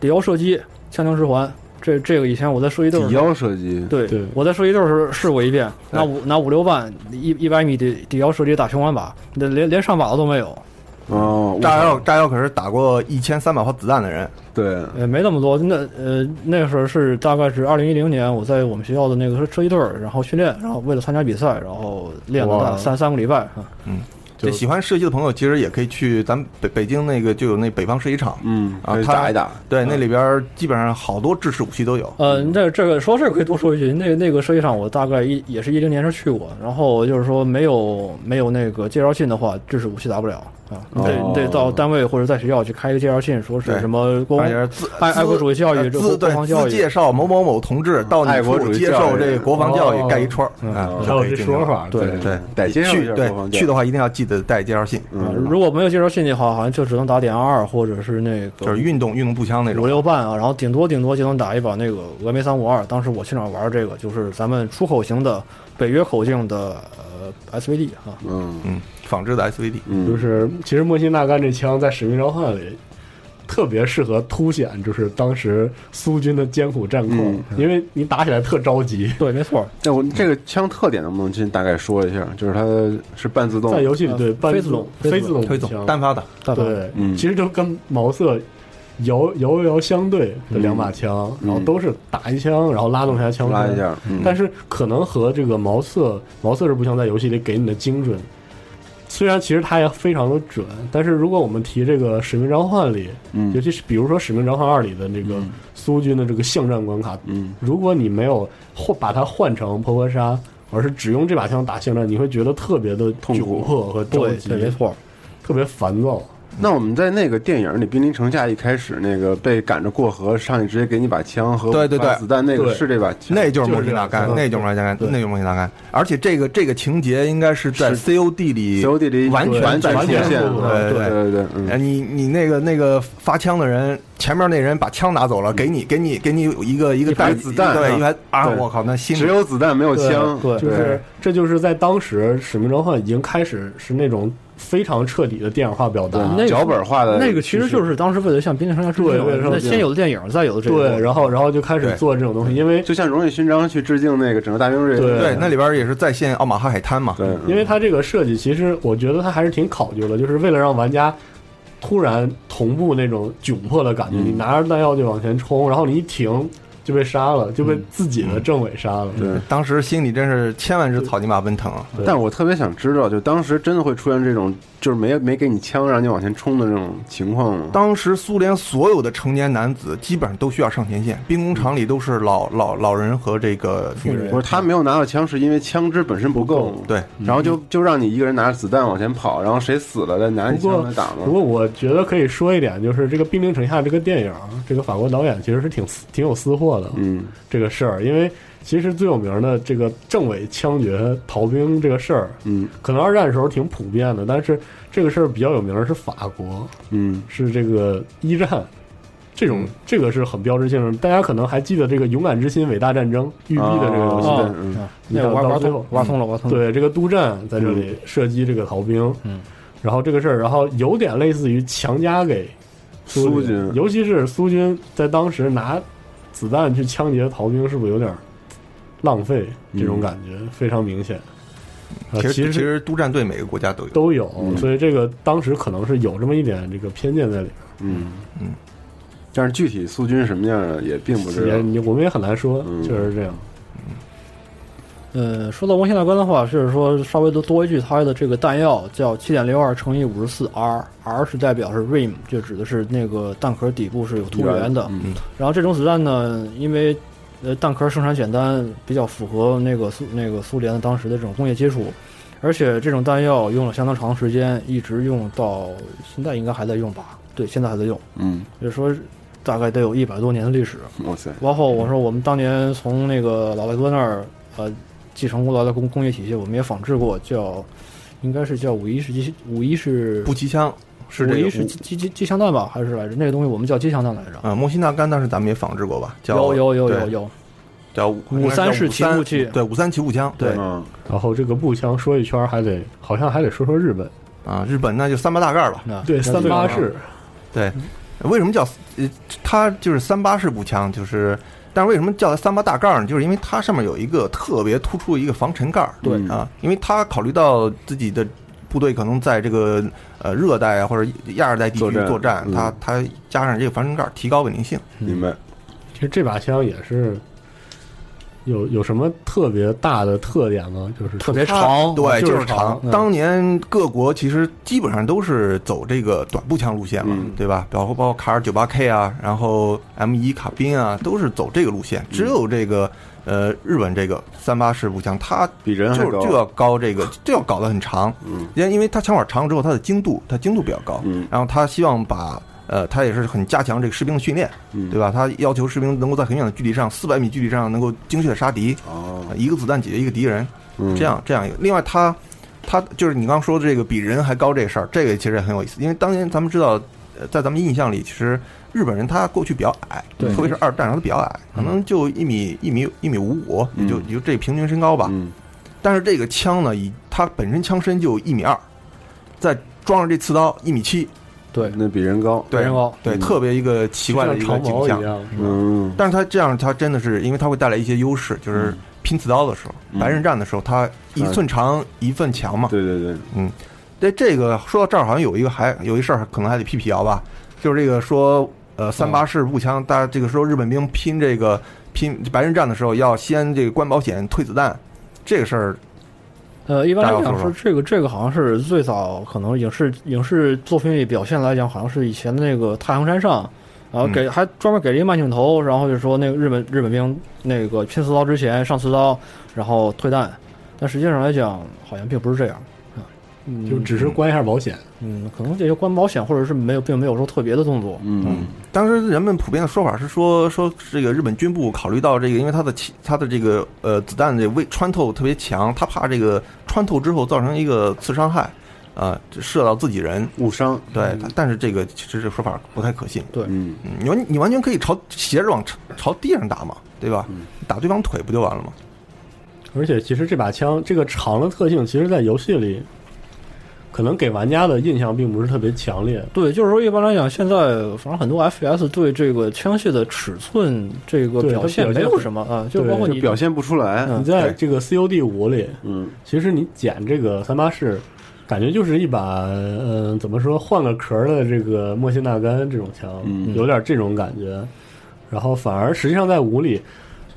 Speaker 10: 底腰射击，枪枪十环。这这个以前我在射击队儿
Speaker 9: 底腰射击，
Speaker 10: 对，我在射击队儿时候试过一遍，拿五拿五六万一一百米底底腰射击打全环靶，那连连上靶子都没有。
Speaker 9: 哦，
Speaker 3: 炸药炸药可是打过一千三百发子弹的人，
Speaker 9: 对，
Speaker 10: 呃，没那么多。那呃，那时候是大概是二零一零年，我在我们学校的那个射击队儿，然后训练，然后为了参加比赛，然后练了
Speaker 3: 哇
Speaker 10: 大三三个礼拜啊。
Speaker 3: 嗯，就喜欢射击的朋友，其实也可以去咱们北北京那个就有那北方射击场，
Speaker 9: 嗯
Speaker 3: 啊
Speaker 9: 可，以
Speaker 3: 它
Speaker 9: 打一打
Speaker 3: 对，
Speaker 9: 嗯
Speaker 3: 那里边基本上好多制式武器都有。
Speaker 10: 呃，那这个说这个可以多说一句，那那个射击场我大概一也是一零年时候去过，然后就是说没有没有那个介绍信的话，制式武器打不了啊，
Speaker 3: 哦
Speaker 10: 得得到单位或者在学校去开一个介绍信，说是
Speaker 3: 对
Speaker 10: 什么国
Speaker 3: 而且是自
Speaker 10: 爱爱
Speaker 3: 自
Speaker 10: 国
Speaker 3: 呃
Speaker 10: 主义教育、
Speaker 3: 自
Speaker 10: 国
Speaker 3: 对
Speaker 10: 防教
Speaker 3: 自
Speaker 10: 育，
Speaker 3: 介绍某某某同志到
Speaker 9: 爱
Speaker 3: 你
Speaker 9: 国
Speaker 3: 处
Speaker 9: 主义
Speaker 3: 接
Speaker 9: 教
Speaker 3: 受
Speaker 9: 育
Speaker 3: 这国防教育，盖一戳儿
Speaker 10: 嗯
Speaker 3: 啊，
Speaker 9: 哦
Speaker 3: 就可以进去了
Speaker 9: 还有这说法
Speaker 3: 对
Speaker 9: 对
Speaker 3: 对，
Speaker 9: 得介绍一
Speaker 3: 去
Speaker 9: 下
Speaker 3: 对
Speaker 9: 国防教育嗯
Speaker 3: 去的话一定要记得带介绍信，
Speaker 10: 啊如果没有介绍信的话，好像就只能打点二或者是那个
Speaker 3: 就是运动运动步枪那种
Speaker 10: 五六半啊，然后顶多顶多就能打一把那个峨眉三五二。当时我去哪儿玩这个，就是咱们出口型的北约口径的呃 SVD 啊，
Speaker 9: 嗯
Speaker 3: 嗯，仿制的 SVD，
Speaker 11: 就是其实莫辛纳甘这枪在《使命召唤》里特别适合凸显，就是当时苏军的艰苦战况，
Speaker 3: 嗯
Speaker 11: 因为你打起来特着急。
Speaker 10: 对，没错。
Speaker 9: 那我这个枪特点能不能先大概说一下？就是它是半自动，
Speaker 11: 在游戏里对半自动非自动
Speaker 3: 推
Speaker 11: 枪
Speaker 3: 总单发的，
Speaker 11: 对，
Speaker 9: 嗯
Speaker 11: 其实就跟毛瑟遥遥遥相对的
Speaker 9: 嗯
Speaker 11: 两把枪，然后都是打一枪，然后拉动一下枪
Speaker 9: 拉
Speaker 11: 栓
Speaker 9: 一下嗯
Speaker 11: 但是可能和这个毛瑟毛瑟这步枪在游戏里给你的精准，虽然其实它也非常的准，但是如果我们提这个《使命召唤》里，
Speaker 9: 嗯
Speaker 11: 尤其是比如说《使命召唤二》里的那个苏军的这个巷战关卡，
Speaker 9: 嗯，
Speaker 11: 如果你没有换把它换成婆婆杀。而是只用这把枪打巷战，你会觉得特别的痛
Speaker 9: 苦
Speaker 11: 和着急，
Speaker 10: 对对没错，
Speaker 11: 特别烦躁。
Speaker 9: 那我们在那个电影里，《兵临城下》一开始那个被赶着过河，上去直接给你把枪和
Speaker 3: 对对对
Speaker 9: 发，子弹，那个是这把枪，
Speaker 3: 那就是摩西大干，那就是摩西大干，那就是摩西大干。而且这个这个情节应该是在 COD 里
Speaker 9: COD 里
Speaker 3: 完全
Speaker 9: 完全
Speaker 3: 展
Speaker 9: 体现
Speaker 3: 对
Speaker 9: 对对对嗯
Speaker 3: 哎你你那个那个发枪的人，前面那人把枪拿走了，给你给你给你一个一个
Speaker 9: 嗯一排
Speaker 3: 弹
Speaker 9: 子弹
Speaker 3: 对，
Speaker 9: 啊
Speaker 3: 一排啊！
Speaker 9: 对
Speaker 3: 我靠，那心里
Speaker 9: 只有子弹没有枪，
Speaker 11: 对，就是这就是在当时《使命召唤》已经开始是那种非常彻底的电影化表达，
Speaker 10: 那个那个其实就是当时为了向冰凌城下致
Speaker 11: 对为
Speaker 10: 敬
Speaker 11: 了，
Speaker 10: 那
Speaker 11: 致敬
Speaker 10: 先有的电影，再有的这个。
Speaker 11: 对，然后然后就开始做这种东西，因为
Speaker 9: 就像《荣誉勋章》去致敬那个整个大兵瑞，
Speaker 11: 对对
Speaker 3: 那里边也是再现奥马哈海滩嘛，
Speaker 9: 对，嗯
Speaker 11: 因为它这个设计，其实我觉得它还是挺考究的，就是为了让玩家突然同步那种窘迫的感觉。你拿着弹药就往前冲，然后你一停就被杀了，就被自己的政委杀了。
Speaker 9: 对，
Speaker 3: 当时心里真是千万只草泥马奔腾啊。
Speaker 9: 但我特别想知道，就当时真的会出现这种，就是没没给你枪让你往前冲的这种情况吗？
Speaker 3: 当时苏联所有的成年男子基本上都需要上前线，兵工厂里都是老老老人和这个女人
Speaker 9: 不。是他没有拿到枪，是因为枪支本身不够，
Speaker 3: 对，
Speaker 9: 然后就
Speaker 11: 嗯
Speaker 9: 就让你一个人拿着子弹往前跑，然后谁死了再拿起
Speaker 11: 不
Speaker 9: 枪
Speaker 11: 过
Speaker 9: 来打吗？
Speaker 11: 不过我觉得可以说一点，就是这个《兵临城下》这个电影，这个法国导演其实是挺私挺有私货的。
Speaker 9: 嗯，
Speaker 11: 这个事儿，因为其实最有名的这个政委枪决逃兵这个事儿，
Speaker 9: 嗯，
Speaker 11: 可能二战时候挺普遍的，但是这个事儿比较有名的是法国，
Speaker 9: 嗯，
Speaker 11: 是这个一战。这种这个是很标志性的，大家可能还记得这个“勇敢之心，伟大战争”玉璧的这个游戏，啊
Speaker 9: 哦嗯
Speaker 11: 你看
Speaker 10: 那我挖
Speaker 11: 到最后
Speaker 10: 挖通挖通了挖通了
Speaker 11: 对，这个督战在这里射击这个逃兵，
Speaker 10: 嗯，
Speaker 11: 然后这个事儿，然后有点类似于强加给
Speaker 9: 苏
Speaker 11: 苏
Speaker 9: 军
Speaker 11: 尤其是苏军在当时拿子弹去枪决逃兵，是不是有点浪费？这种感觉、非常明显。啊
Speaker 10: 呃
Speaker 3: 其实
Speaker 11: 其实
Speaker 3: 其实督战队每个国家都有，
Speaker 11: 都有，
Speaker 3: 嗯
Speaker 11: 所以这个当时可能是有这么一点这个偏见在里边。
Speaker 9: 嗯
Speaker 3: 嗯，
Speaker 9: 但是具体苏军什么样的也并不知
Speaker 11: 也
Speaker 9: 道。
Speaker 11: 你我们也很难说，
Speaker 9: 嗯
Speaker 11: 确实是这样。
Speaker 10: 呃，说到摩西大关的话，就是说稍微多多一句，它的这个弹药叫七点六二乘以五十四 R，R 是代表是 rim，就指的是那个弹壳底部是有突
Speaker 9: 圆
Speaker 10: 圆的。
Speaker 9: 嗯
Speaker 10: 然后这种子弹呢，因为呃弹壳生产简单，比较符合那个苏那个苏联的当时的这种工业基础，而且这种弹药用了相当长时间，一直用到现在应该还在用吧？对，现在还在用，
Speaker 9: 嗯，
Speaker 10: 就是说大概得有一百多年的历史。
Speaker 9: 哇塞，
Speaker 10: 包括我说我们当年从那个老大哥那儿呃继承过来的工工业体系，我们也仿制过，叫应该是叫五一式机五一式
Speaker 3: 步机枪，是
Speaker 10: 五
Speaker 3: 这
Speaker 10: 一
Speaker 3: 个
Speaker 10: 式机机机机枪弹吧，还是来着？那个东西我们叫机枪弹来着。
Speaker 3: 啊，莫辛纳甘当时咱们也仿制过吧？叫
Speaker 10: 有有有有
Speaker 3: 对
Speaker 10: 有
Speaker 3: 叫五
Speaker 10: 五三式起步器
Speaker 3: 对，五三起步枪，对
Speaker 9: 嗯，
Speaker 11: 然后这个步枪说一圈，还得好像还得说说日本啊
Speaker 3: 啊，日本那就三八大盖儿吧，
Speaker 10: 嗯
Speaker 11: 对三八式，
Speaker 3: 对，为什么叫呃，它就是三八式步枪，就是，但是为什么叫它三八大盖儿呢？就是因为它上面有一个特别突出的一个防尘盖儿，
Speaker 10: 对
Speaker 3: 啊，因为它考虑到自己的部队可能在这个呃热带啊或者亚热带地
Speaker 9: 作
Speaker 3: 区
Speaker 9: 战
Speaker 3: 作战，
Speaker 9: 嗯
Speaker 3: 它它加上这个防尘盖儿，提高稳定性。
Speaker 11: 嗯
Speaker 9: 明白。
Speaker 11: 其实这把枪也是有有什么特别大的特点吗？就是特
Speaker 9: 哎
Speaker 10: 别
Speaker 3: 它
Speaker 9: 啊
Speaker 3: 对，
Speaker 11: 就是
Speaker 3: 是长。
Speaker 9: 嗯
Speaker 3: 当年各国其实基本上都是走这个短步枪路线嘛，
Speaker 9: 嗯
Speaker 3: 对吧？包括包括卡尔九八 K 啊，然后 M 一卡宾啊，都是走这个路线。只有这个呃日本这个三八式步枪，它
Speaker 9: 比人还
Speaker 3: 就
Speaker 9: 高嗯
Speaker 3: 就要高这个就要搞得很长，因因为它枪管长之后，它的精度它精度比较高，然后它希望把。呃，它也是很加强这个士兵的训练，
Speaker 9: 嗯
Speaker 3: 对吧？它要求士兵能够在很远的距离上，四百米距离上能够精确地杀敌，
Speaker 9: 哦
Speaker 3: 一个子弹解决一个敌人，
Speaker 11: 嗯
Speaker 3: 这样这样一个。另外它，它就是你刚刚说的这个比人还高这事儿，这个其实也很有意思，因为当年咱们知道，呃在咱们印象里，其实日本人他过去比较矮，
Speaker 10: 对
Speaker 3: 特别是二战时候他比较矮，可能就一米一米一米五五，也
Speaker 11: 嗯
Speaker 3: 就也就这平均身高吧。
Speaker 9: 嗯
Speaker 3: 但是这个枪呢，以它本身枪身就一米二，再装上这刺刀一米七，
Speaker 10: 对，
Speaker 9: 嗯那比人高，
Speaker 3: 对
Speaker 10: 人高
Speaker 3: 对，
Speaker 9: 嗯
Speaker 3: 特别一个奇怪的一个
Speaker 11: 像长
Speaker 3: 景
Speaker 11: 矛
Speaker 3: 象
Speaker 11: 一样。
Speaker 9: 嗯，
Speaker 3: 但是它这样，它真的是因为它会带来一些优势，
Speaker 11: 嗯
Speaker 3: 就是拼刺刀的时候，白刃战的时候，它一寸长一份强嘛。
Speaker 9: 对对对，
Speaker 3: 嗯，对这个说到这儿，好像有一个还有一事儿，可能还得辟辟谣吧，就是这个说呃三八式步枪，大家这个说日本兵拼这个拼白刃战的时候，要先这个关保险退子弹，这个事儿
Speaker 10: 呃，一般来
Speaker 3: 大家
Speaker 10: 讲
Speaker 3: 说说
Speaker 10: 说这个这个好像是最早可能影视影视作品里表现来讲，好像是以前的那个太行山上，然后给、还专门给了一慢镜头，然后就说那个日本日本兵那个拼刺刀之前上刺刀，然后退弹，但实际上来讲好像并不是这样。嗯
Speaker 11: 就只是关一下保险。
Speaker 10: 嗯，可能这些关保险或者是没有，并没有说特别的动作。
Speaker 9: 嗯，
Speaker 3: 当时人们普遍的说法是说说这个日本军部考虑到这个，因为它的气它的这个呃子弹的微穿透特别强，他怕这个穿透之后造成一个次伤害，啊、射到自己人
Speaker 9: 误伤。
Speaker 3: 对，但是这个其实这个说法不太可信。
Speaker 10: 对，
Speaker 9: 嗯，
Speaker 3: 你完你完全可以朝斜着往朝地上打嘛，对吧？打对方腿不就完了吗？
Speaker 11: 而且其实这把枪这个长的特性，其实在游戏里可能给玩家的印象并不是特别强烈。
Speaker 10: 对，就是说一般来讲，现在反正很多 FPS 对这个枪械的尺寸这个
Speaker 11: 对
Speaker 10: 表现
Speaker 11: 它表现
Speaker 10: 没有什么啊，就
Speaker 11: 对
Speaker 10: 包括
Speaker 11: 就嗯
Speaker 10: 你
Speaker 9: 表现不出来。嗯
Speaker 11: 你在这个 COD 五里，嗯，其实你捡这个三八式，感觉就是一把嗯、呃怎么说，换个壳儿的这个莫辛纳甘这种枪，
Speaker 9: 嗯
Speaker 11: 有点这种感觉。然后反而实际上在五里，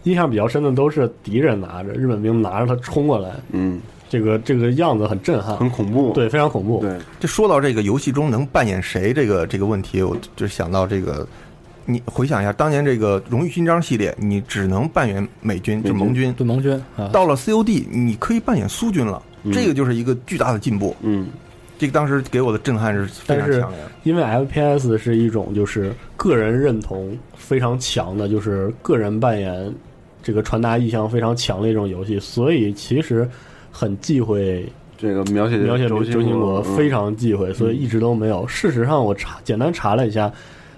Speaker 11: 印象比较深的都是敌人拿着日本兵拿着它冲过来，
Speaker 9: 嗯，
Speaker 11: 这个这个样子很震撼，
Speaker 9: 很恐怖，
Speaker 11: 对，非常恐怖，
Speaker 9: 对，
Speaker 3: 这说到这个游戏中能扮演谁这个这个问题，我就想到这个，你回想一下当年这个荣誉勋章系列，你只能扮演美军，就是盟军。
Speaker 10: 对盟军啊，
Speaker 3: 到了 COD，你可以扮演苏军了，这个就是一个巨大的进步。
Speaker 9: 嗯，
Speaker 3: 这个当时给我的震撼是非
Speaker 11: 但
Speaker 3: 常
Speaker 11: 是
Speaker 3: 强烈的。
Speaker 11: 因为 FPS 是一种就是个人认同非常强的，就是个人扮演这个传达意向非常强的一种游戏，所以其实很忌讳
Speaker 9: 这个描写
Speaker 11: 描写
Speaker 9: 周嗯
Speaker 11: 周兴
Speaker 9: 国
Speaker 11: 国，非常忌讳，所以一直都没有。事实上，我查简单查了一下，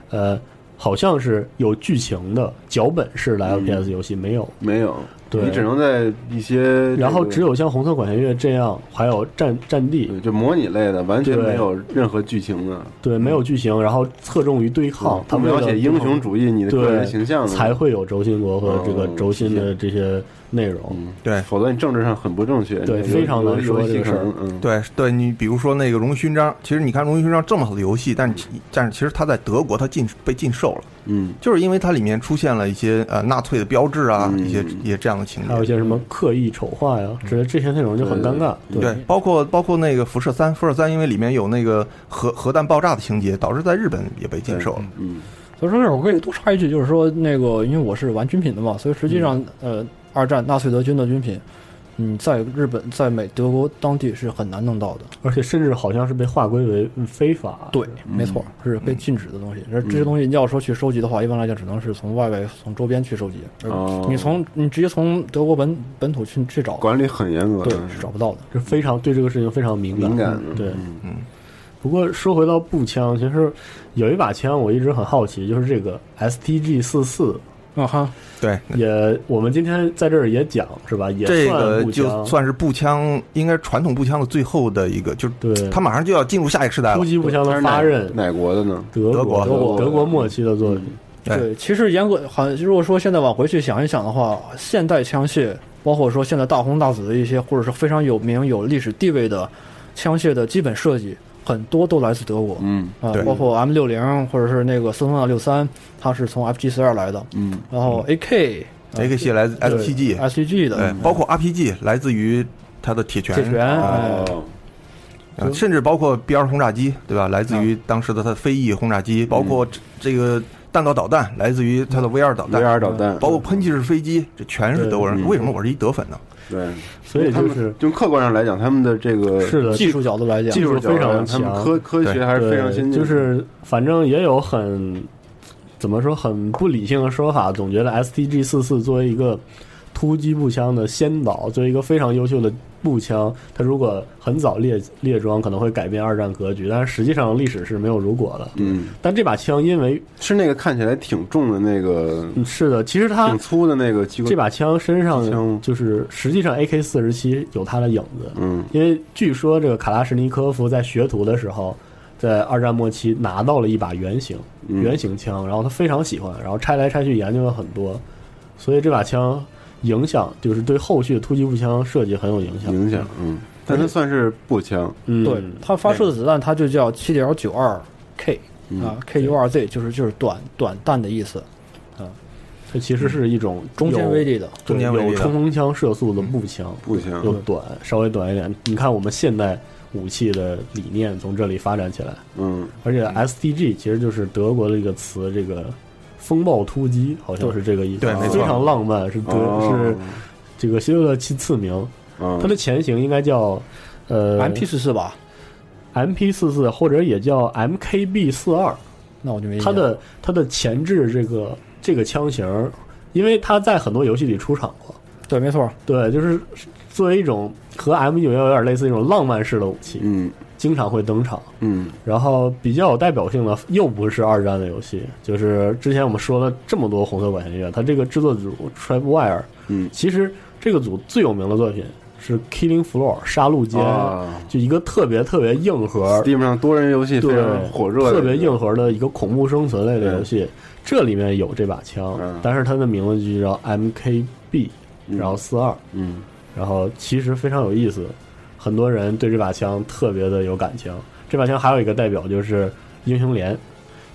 Speaker 11: 呃，好像是有剧情的脚本式
Speaker 9: 嗯
Speaker 11: 的 FPS 游戏没有。
Speaker 9: 没有，
Speaker 11: 对
Speaker 9: 你只能在一些，
Speaker 11: 然后只有像《红色管弦乐》这样，还有战战地，
Speaker 9: 就模拟类的，完全
Speaker 11: 对
Speaker 9: 没有任何剧情的。
Speaker 11: 对，没有剧情，然后侧重于对抗，
Speaker 9: 不
Speaker 11: 他们
Speaker 9: 嗯描写英雄主义你的个人形象的哦
Speaker 11: 才会有轴心国和这个轴心的这些内容。
Speaker 9: 嗯
Speaker 3: 对，
Speaker 9: 否则你政治上很不正确。
Speaker 11: 对
Speaker 9: 你
Speaker 11: 非常难说
Speaker 9: 游戏
Speaker 11: 这个
Speaker 9: 可
Speaker 11: 事儿
Speaker 9: 能嗯，
Speaker 3: 对，对你比如说那个《荣誉勋章》，其实你看《荣誉勋章》这么好的游戏，但其但是其实它在德国它禁被禁售了，
Speaker 9: 嗯，
Speaker 3: 就是因为它里面出现了一些呃纳粹的标志啊，一些一些这样的情节。
Speaker 11: 嗯还有一些什么刻意丑化呀，之类
Speaker 9: 嗯
Speaker 11: 这些内容就很尴尬。
Speaker 3: 对，包括包括那个辐射三，辐射三因为里面有那个核核弹爆炸的情节，导致在日本也被禁售了。
Speaker 9: 嗯，
Speaker 10: 所以说这儿我可以多插一句，就是说那个，因为我是玩军品的嘛，所以实际上、呃，二战纳粹德军的军品，嗯，在日本、在美、德国当地是很难弄到的。
Speaker 11: 而且甚至好像是被划归为非法。
Speaker 10: 对，嗯没错，是被禁止的东西。而这些东西你要说去收集的话，一般来讲只能是从外围、从周边去收集。而
Speaker 9: 哦
Speaker 10: 你从你直接从德国本本土去去找，
Speaker 9: 管理很严格，啊
Speaker 10: 对是找不到的。
Speaker 11: 就非常对这个事情非常敏感。
Speaker 9: 敏感
Speaker 11: 嗯对，
Speaker 3: 嗯。
Speaker 11: 不过说回到步枪，其实有一把枪我一直很好奇，就是这个 STG 四四。
Speaker 10: 啊哈，
Speaker 3: 对，
Speaker 11: 也我们今天在这儿也讲是吧？也
Speaker 3: 这个
Speaker 11: 步
Speaker 3: 就
Speaker 11: 枪。
Speaker 3: 算是步枪，应该是传统步枪的最后的一个，就是它马上就要进入下一个时代了。
Speaker 11: 突击步枪的发刃，
Speaker 9: 哪嗯国的呢？
Speaker 11: 德
Speaker 3: 德国
Speaker 11: 国德国德国末期的作品，
Speaker 10: 对，其实严格好像，如果说现在往回去想一想的话，现代枪械，包括说现在大红大紫的一些，或者是非常有名、有历史地位的枪械的基本设计，很多都来自德国。
Speaker 9: 嗯
Speaker 10: 啊
Speaker 9: 对，
Speaker 10: 包括 M 六零或者是那个斯通纳六三，它是从 FG 四二来的。
Speaker 9: 嗯，
Speaker 10: 然后 AK。
Speaker 3: AK
Speaker 11: 啊
Speaker 3: 系来自 STG
Speaker 10: STG 的，
Speaker 3: 对，
Speaker 11: 嗯
Speaker 3: 包括 RPG 来自于它的铁拳，
Speaker 10: 铁拳
Speaker 3: 啊
Speaker 10: 哎
Speaker 3: 啊甚至包括 B 二轰炸机，对吧？来自
Speaker 11: 啊
Speaker 3: 于当时的它的飞翼轰炸机，包
Speaker 11: 嗯
Speaker 3: 括这这个弹道导弹来自于它的 V 二导弹
Speaker 9: V2 导弹
Speaker 3: 包括喷气式飞机，这全是德国人。
Speaker 9: 嗯
Speaker 3: 为什么我是一德粉呢？
Speaker 9: 对，
Speaker 11: 所以
Speaker 9: 他
Speaker 11: 就
Speaker 9: 们
Speaker 11: 是
Speaker 9: 从客观上来讲，他们的这个
Speaker 11: 是的
Speaker 10: 技术角度来讲，
Speaker 11: 技术非常
Speaker 9: 他
Speaker 11: 强，
Speaker 9: 们科科学还是非常先进的
Speaker 11: 对就是反正也有很怎么说很不理性的说法，总觉得 STG 四四作为一个突击步枪的先导，作为一个非常优秀的步枪，它如果很早列列装，可能会改变二战格局。但是实际上历史是没有如果的。
Speaker 9: 嗯，
Speaker 11: 但这把枪因为
Speaker 9: 是那个看起来挺重的那个，
Speaker 11: 是的，其实它
Speaker 9: 挺粗的那个机关，
Speaker 11: 嗯啊这把枪身
Speaker 9: 机枪
Speaker 11: 上就是实际上 AK 四十七有它的影子，
Speaker 9: 嗯
Speaker 11: 因为据说这个卡拉什尼科夫在学徒的时候，在二战末期拿到了一把原型
Speaker 9: 嗯
Speaker 11: 原型枪，然后他非常喜欢，然后拆来拆去研究了很多，所以这把枪影响就是对后续突击步枪设计很有影响。
Speaker 9: 影响，嗯，但它算是步枪，
Speaker 11: 嗯，
Speaker 10: 对它发射的子弹，它就叫七点九二 K 啊，K U R Z 就是就是短短弹的意思，
Speaker 11: 它其实是一种
Speaker 10: 中间
Speaker 11: 有
Speaker 10: 威力的
Speaker 11: 对
Speaker 3: 中间威力
Speaker 11: 有
Speaker 3: 的嗯
Speaker 11: 冲锋枪射速的步枪，
Speaker 9: 步枪
Speaker 11: 又短，稍微短一点。你看我们现代武器的理念从这里发展起来，
Speaker 9: 嗯，
Speaker 11: 而且 SDG 其实就是德国的一个词，这个风暴突击好像是这个意思，
Speaker 3: 对没错
Speaker 11: 非常浪漫，是德、
Speaker 9: 哦
Speaker 11: 是这个希特勒七次名，
Speaker 9: 嗯
Speaker 11: 它的前行应该叫呃
Speaker 10: ，MP 四四吧
Speaker 11: ，MP 四四或者也叫 MKB 四二，
Speaker 10: 那我就没
Speaker 11: 它的它的前置这个这个枪型，因为它在很多游戏里出场过，
Speaker 10: 对，没错，
Speaker 11: 对，就是作为一种和 M 九幺有点类似一种浪漫式的武器，
Speaker 9: 嗯，
Speaker 11: 经常会登场，
Speaker 9: 嗯，
Speaker 11: 然后比较有代表性的又不是二战的游戏，就是之前我们说了这么多红色管弦乐，它这个制作组 Tripwire，
Speaker 9: 嗯，
Speaker 11: 其实这个组最有名的作品是 Killing Floor 杀戮间，
Speaker 9: 啊
Speaker 11: 就一个特别特别硬核
Speaker 9: Steam 嗯上多人游戏非
Speaker 11: 对
Speaker 9: 常火热的嗯
Speaker 11: 特别硬核的一个恐怖生存类的游戏，这里面有这把枪，但是它的名字就叫 MKB，然后四二，
Speaker 9: 嗯，
Speaker 11: 然后其实非常有意思，很多人对这把枪特别的有感情。这把枪还有一个代表就是英雄
Speaker 9: 嗯
Speaker 11: 联，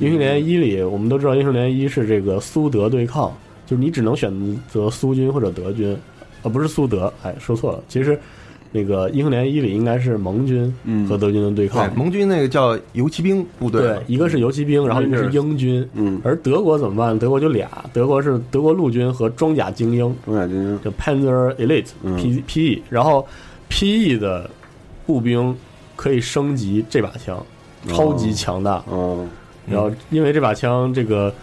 Speaker 11: 英雄联一里我们都知道，英雄联一是这个苏德对抗，就是你只能选择苏军或者德军，啊，不是苏德，哎，说错了，其实。那个英雄联一里应该是盟军
Speaker 9: 嗯
Speaker 11: 和德军的对抗，
Speaker 3: 对，哎盟军那个叫游骑兵部队，啊
Speaker 11: 一个是游骑兵，然后一个是英军。
Speaker 9: 嗯，
Speaker 11: 而德国怎么办？德国就俩，德国是德国陆军和装甲精英，
Speaker 9: 装甲精英
Speaker 11: 就 Panzer Elite、
Speaker 9: 嗯
Speaker 11: P P E，然后 P E 的步兵可以升级这把枪，超级强大。
Speaker 9: 哦，
Speaker 11: 然后因为这把枪这个。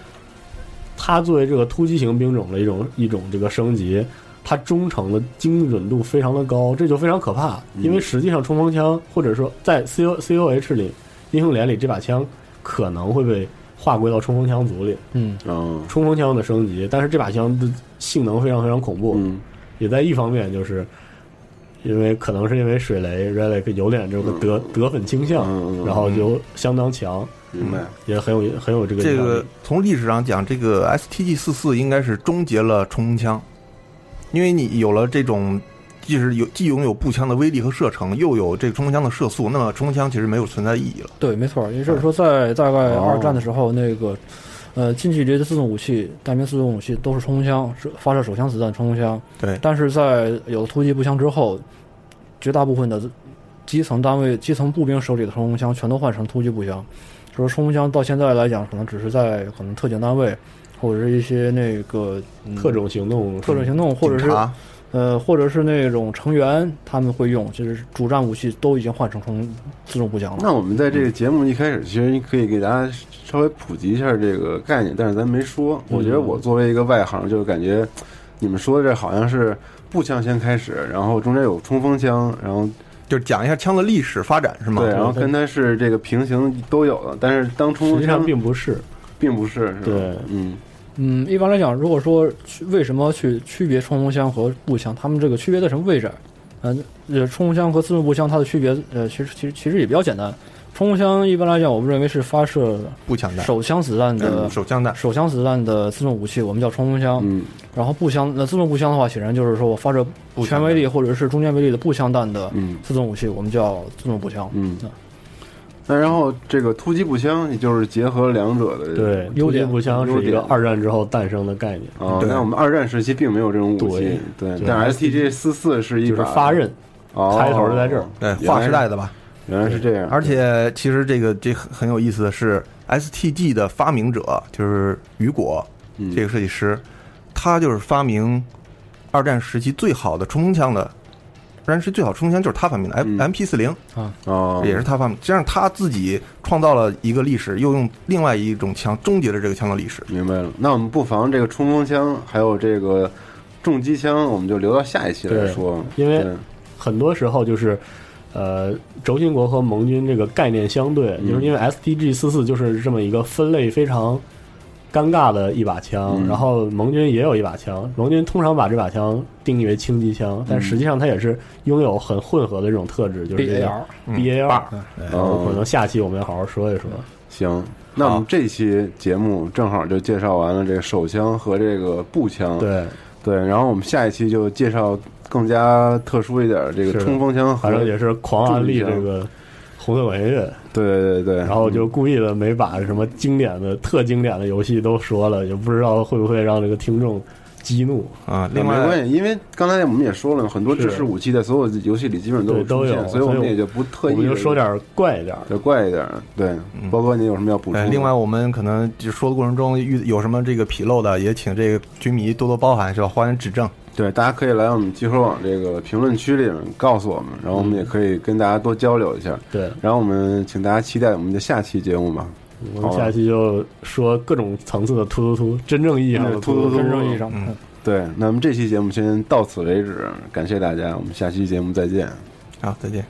Speaker 11: 它作为这个突击型兵种的一种一种这个升级，它中程的精准度非常的高，这就非常可怕。
Speaker 3: 嗯
Speaker 11: 因为实际上冲锋枪或者说在 C O C O H 里，英雄联里这把枪可能会被划归到冲锋枪组里，
Speaker 10: 嗯，
Speaker 9: 哦，
Speaker 11: 冲锋枪的升级，但是这把枪的性能非常非常恐怖。
Speaker 3: 嗯
Speaker 9: 嗯
Speaker 11: 也在一方面就是。因为可能是因为水雷 relic 有点这个
Speaker 3: 嗯
Speaker 11: 德、德粉倾向，然后就相当强，
Speaker 9: 明白？
Speaker 11: 也很有很有这个
Speaker 3: 这
Speaker 11: 影响力
Speaker 3: 个从历史上讲，这个 STG 四四应该是终结了冲锋枪，因为你有了这种，既是有既拥有步枪的威力和射程，又有这个冲锋枪的射速，那么冲锋枪其实没有存在意义了。
Speaker 10: 对，没错，也
Speaker 11: 哎
Speaker 10: 就是说，在大概
Speaker 11: 哦
Speaker 10: 二战的时候，那个呃近距离的自动武器、单兵自动武器都是冲锋枪，是发射手枪子弹冲锋枪。
Speaker 11: 哎
Speaker 3: 对
Speaker 10: 但是在有突击步枪之后，绝大部分的基层单位、基层步兵手里的冲锋枪全都换成突击步枪。就是冲锋枪到现在来讲，可能只是在可能特警单位或者是一些那个、嗯
Speaker 11: 特种行动
Speaker 10: 特种行动，或者是
Speaker 11: 警察
Speaker 10: 呃，或者是那种成员他们会用，就是主战武器都已经换成冲自动步枪了。
Speaker 9: 那我们在这个节目一开始，其实可以给大家稍微普及一下这个概念，但是咱没说。
Speaker 11: 嗯
Speaker 9: 我觉得我作为一个外行，就是感觉你们说的这好像是步枪先开始，然后中间有冲锋枪，然后
Speaker 3: 就是讲一下枪的历史发展是吗
Speaker 9: 对，然啊后跟它是这个平行都有的，但是当冲
Speaker 11: 实
Speaker 9: 锋
Speaker 11: 际上
Speaker 9: 枪
Speaker 11: 并不是，
Speaker 9: 并不是，是吧
Speaker 11: 对，
Speaker 9: 嗯，
Speaker 10: 嗯，一般来讲，如果说去为什么去区别冲锋枪和步枪，他们这个区别在什么位置？嗯、呃，冲锋枪和自动步枪它的区别，呃，其实其实其实也比较简单。冲锋枪一般来讲，我们认为是发射
Speaker 3: 步枪弹
Speaker 10: 手枪子弹的
Speaker 3: 嗯手枪弹
Speaker 10: 手枪子弹的自动武器，我们叫冲锋枪。
Speaker 9: 嗯，
Speaker 10: 然后步枪，那自动步枪的话，显然就是说我发射全威力或者是中间威力的步枪弹的
Speaker 9: 嗯
Speaker 10: 自动武器，我们叫自动步枪。
Speaker 9: 嗯，那然后这个突击步枪，也就是结合两者的
Speaker 11: 对，突击步枪
Speaker 9: 优
Speaker 11: 是一个
Speaker 9: 点
Speaker 11: 二战之后诞生的概念。
Speaker 9: 哦，那我们二战时期并没有这种武器，对
Speaker 11: 对，
Speaker 9: 但 STG 四四是一
Speaker 11: 就是
Speaker 9: 把
Speaker 11: 发刃，
Speaker 9: 哦，
Speaker 11: 开头是在这儿
Speaker 3: 对，
Speaker 9: 原来
Speaker 3: 哎划时代的吧？
Speaker 9: 原来是这样，
Speaker 3: 而且其实这个这很很有意思的是，STG 的发明者就是雨果
Speaker 9: 嗯
Speaker 3: 这个设计师，他就是发明二战时期最好的冲锋枪的，二战时期最好冲锋枪就是他发明的 M M P 四零
Speaker 10: 啊，
Speaker 9: 嗯哦，
Speaker 3: 也是他发明，这样他自己创造了一个历史，又用另外一种枪终结了这个枪的历史。
Speaker 9: 明白了。那我们不妨这个冲锋枪还有这个重机枪，我们就留到下一期来
Speaker 11: 对
Speaker 9: 说，嗯
Speaker 11: 因为
Speaker 9: 对
Speaker 11: 很多时候就是，呃，轴心国和盟军这个概念相对，就是因为 STG 四四就是这么一个分类非常尴尬的一把枪，
Speaker 9: 嗯
Speaker 11: 然后盟军也有一把枪，盟军通常把这把枪定义为轻机枪，但实际上它也是拥有很混合的这种特质，就是这个
Speaker 10: BAR
Speaker 9: 嗯
Speaker 11: BAR，
Speaker 9: 对
Speaker 11: 然哦后可能下期我们要好好说一说。
Speaker 9: 行，那我们这期节目正好就介绍完了这个手枪和这个步枪，
Speaker 11: 对
Speaker 9: 对，然后我们下一期就介绍更加特殊一点儿这个
Speaker 11: 是的
Speaker 9: 冲锋枪和
Speaker 11: 反正也是狂安利
Speaker 9: 重机
Speaker 11: 这
Speaker 9: 枪
Speaker 11: 个红色管弦乐。
Speaker 9: 对对对，然
Speaker 11: 然后我就故意的没把什么经典的、特经典的游戏都说了，也不知道会不会让这个听众激怒
Speaker 3: 啊
Speaker 9: 没关系，因为刚才我们也说了，很多制式武器在所有游戏里基本上
Speaker 11: 对
Speaker 9: 有
Speaker 11: 都
Speaker 9: 出
Speaker 11: 有，啊
Speaker 9: 现，所以我们也就不特意
Speaker 11: 我们就说点儿嗯怪一点儿。
Speaker 9: 对怪一点儿。对，包哥，你有什么要补充
Speaker 3: 哎，
Speaker 9: 的？
Speaker 3: 另外我们可能就说的过程中遇有什么这个纰漏的，也请这个军迷多多包涵，是吧？欢迎指正。
Speaker 9: 对，大家可以来我们集合网这个评论区里面告诉我们，然后我们也可以跟大家多交流一下。
Speaker 11: 对，
Speaker 9: 然后我们请大家期待我们的下期节目吧。
Speaker 11: 我
Speaker 9: 啊
Speaker 11: 们下期就说各种层次的突突突，真正意义上的
Speaker 9: 嗯突
Speaker 11: 突
Speaker 9: 突突，
Speaker 11: 真正意义上的
Speaker 9: 嗯对，那么这期节目先到此为止，感谢大家，我们下期节目再见。
Speaker 3: 啊好，再见。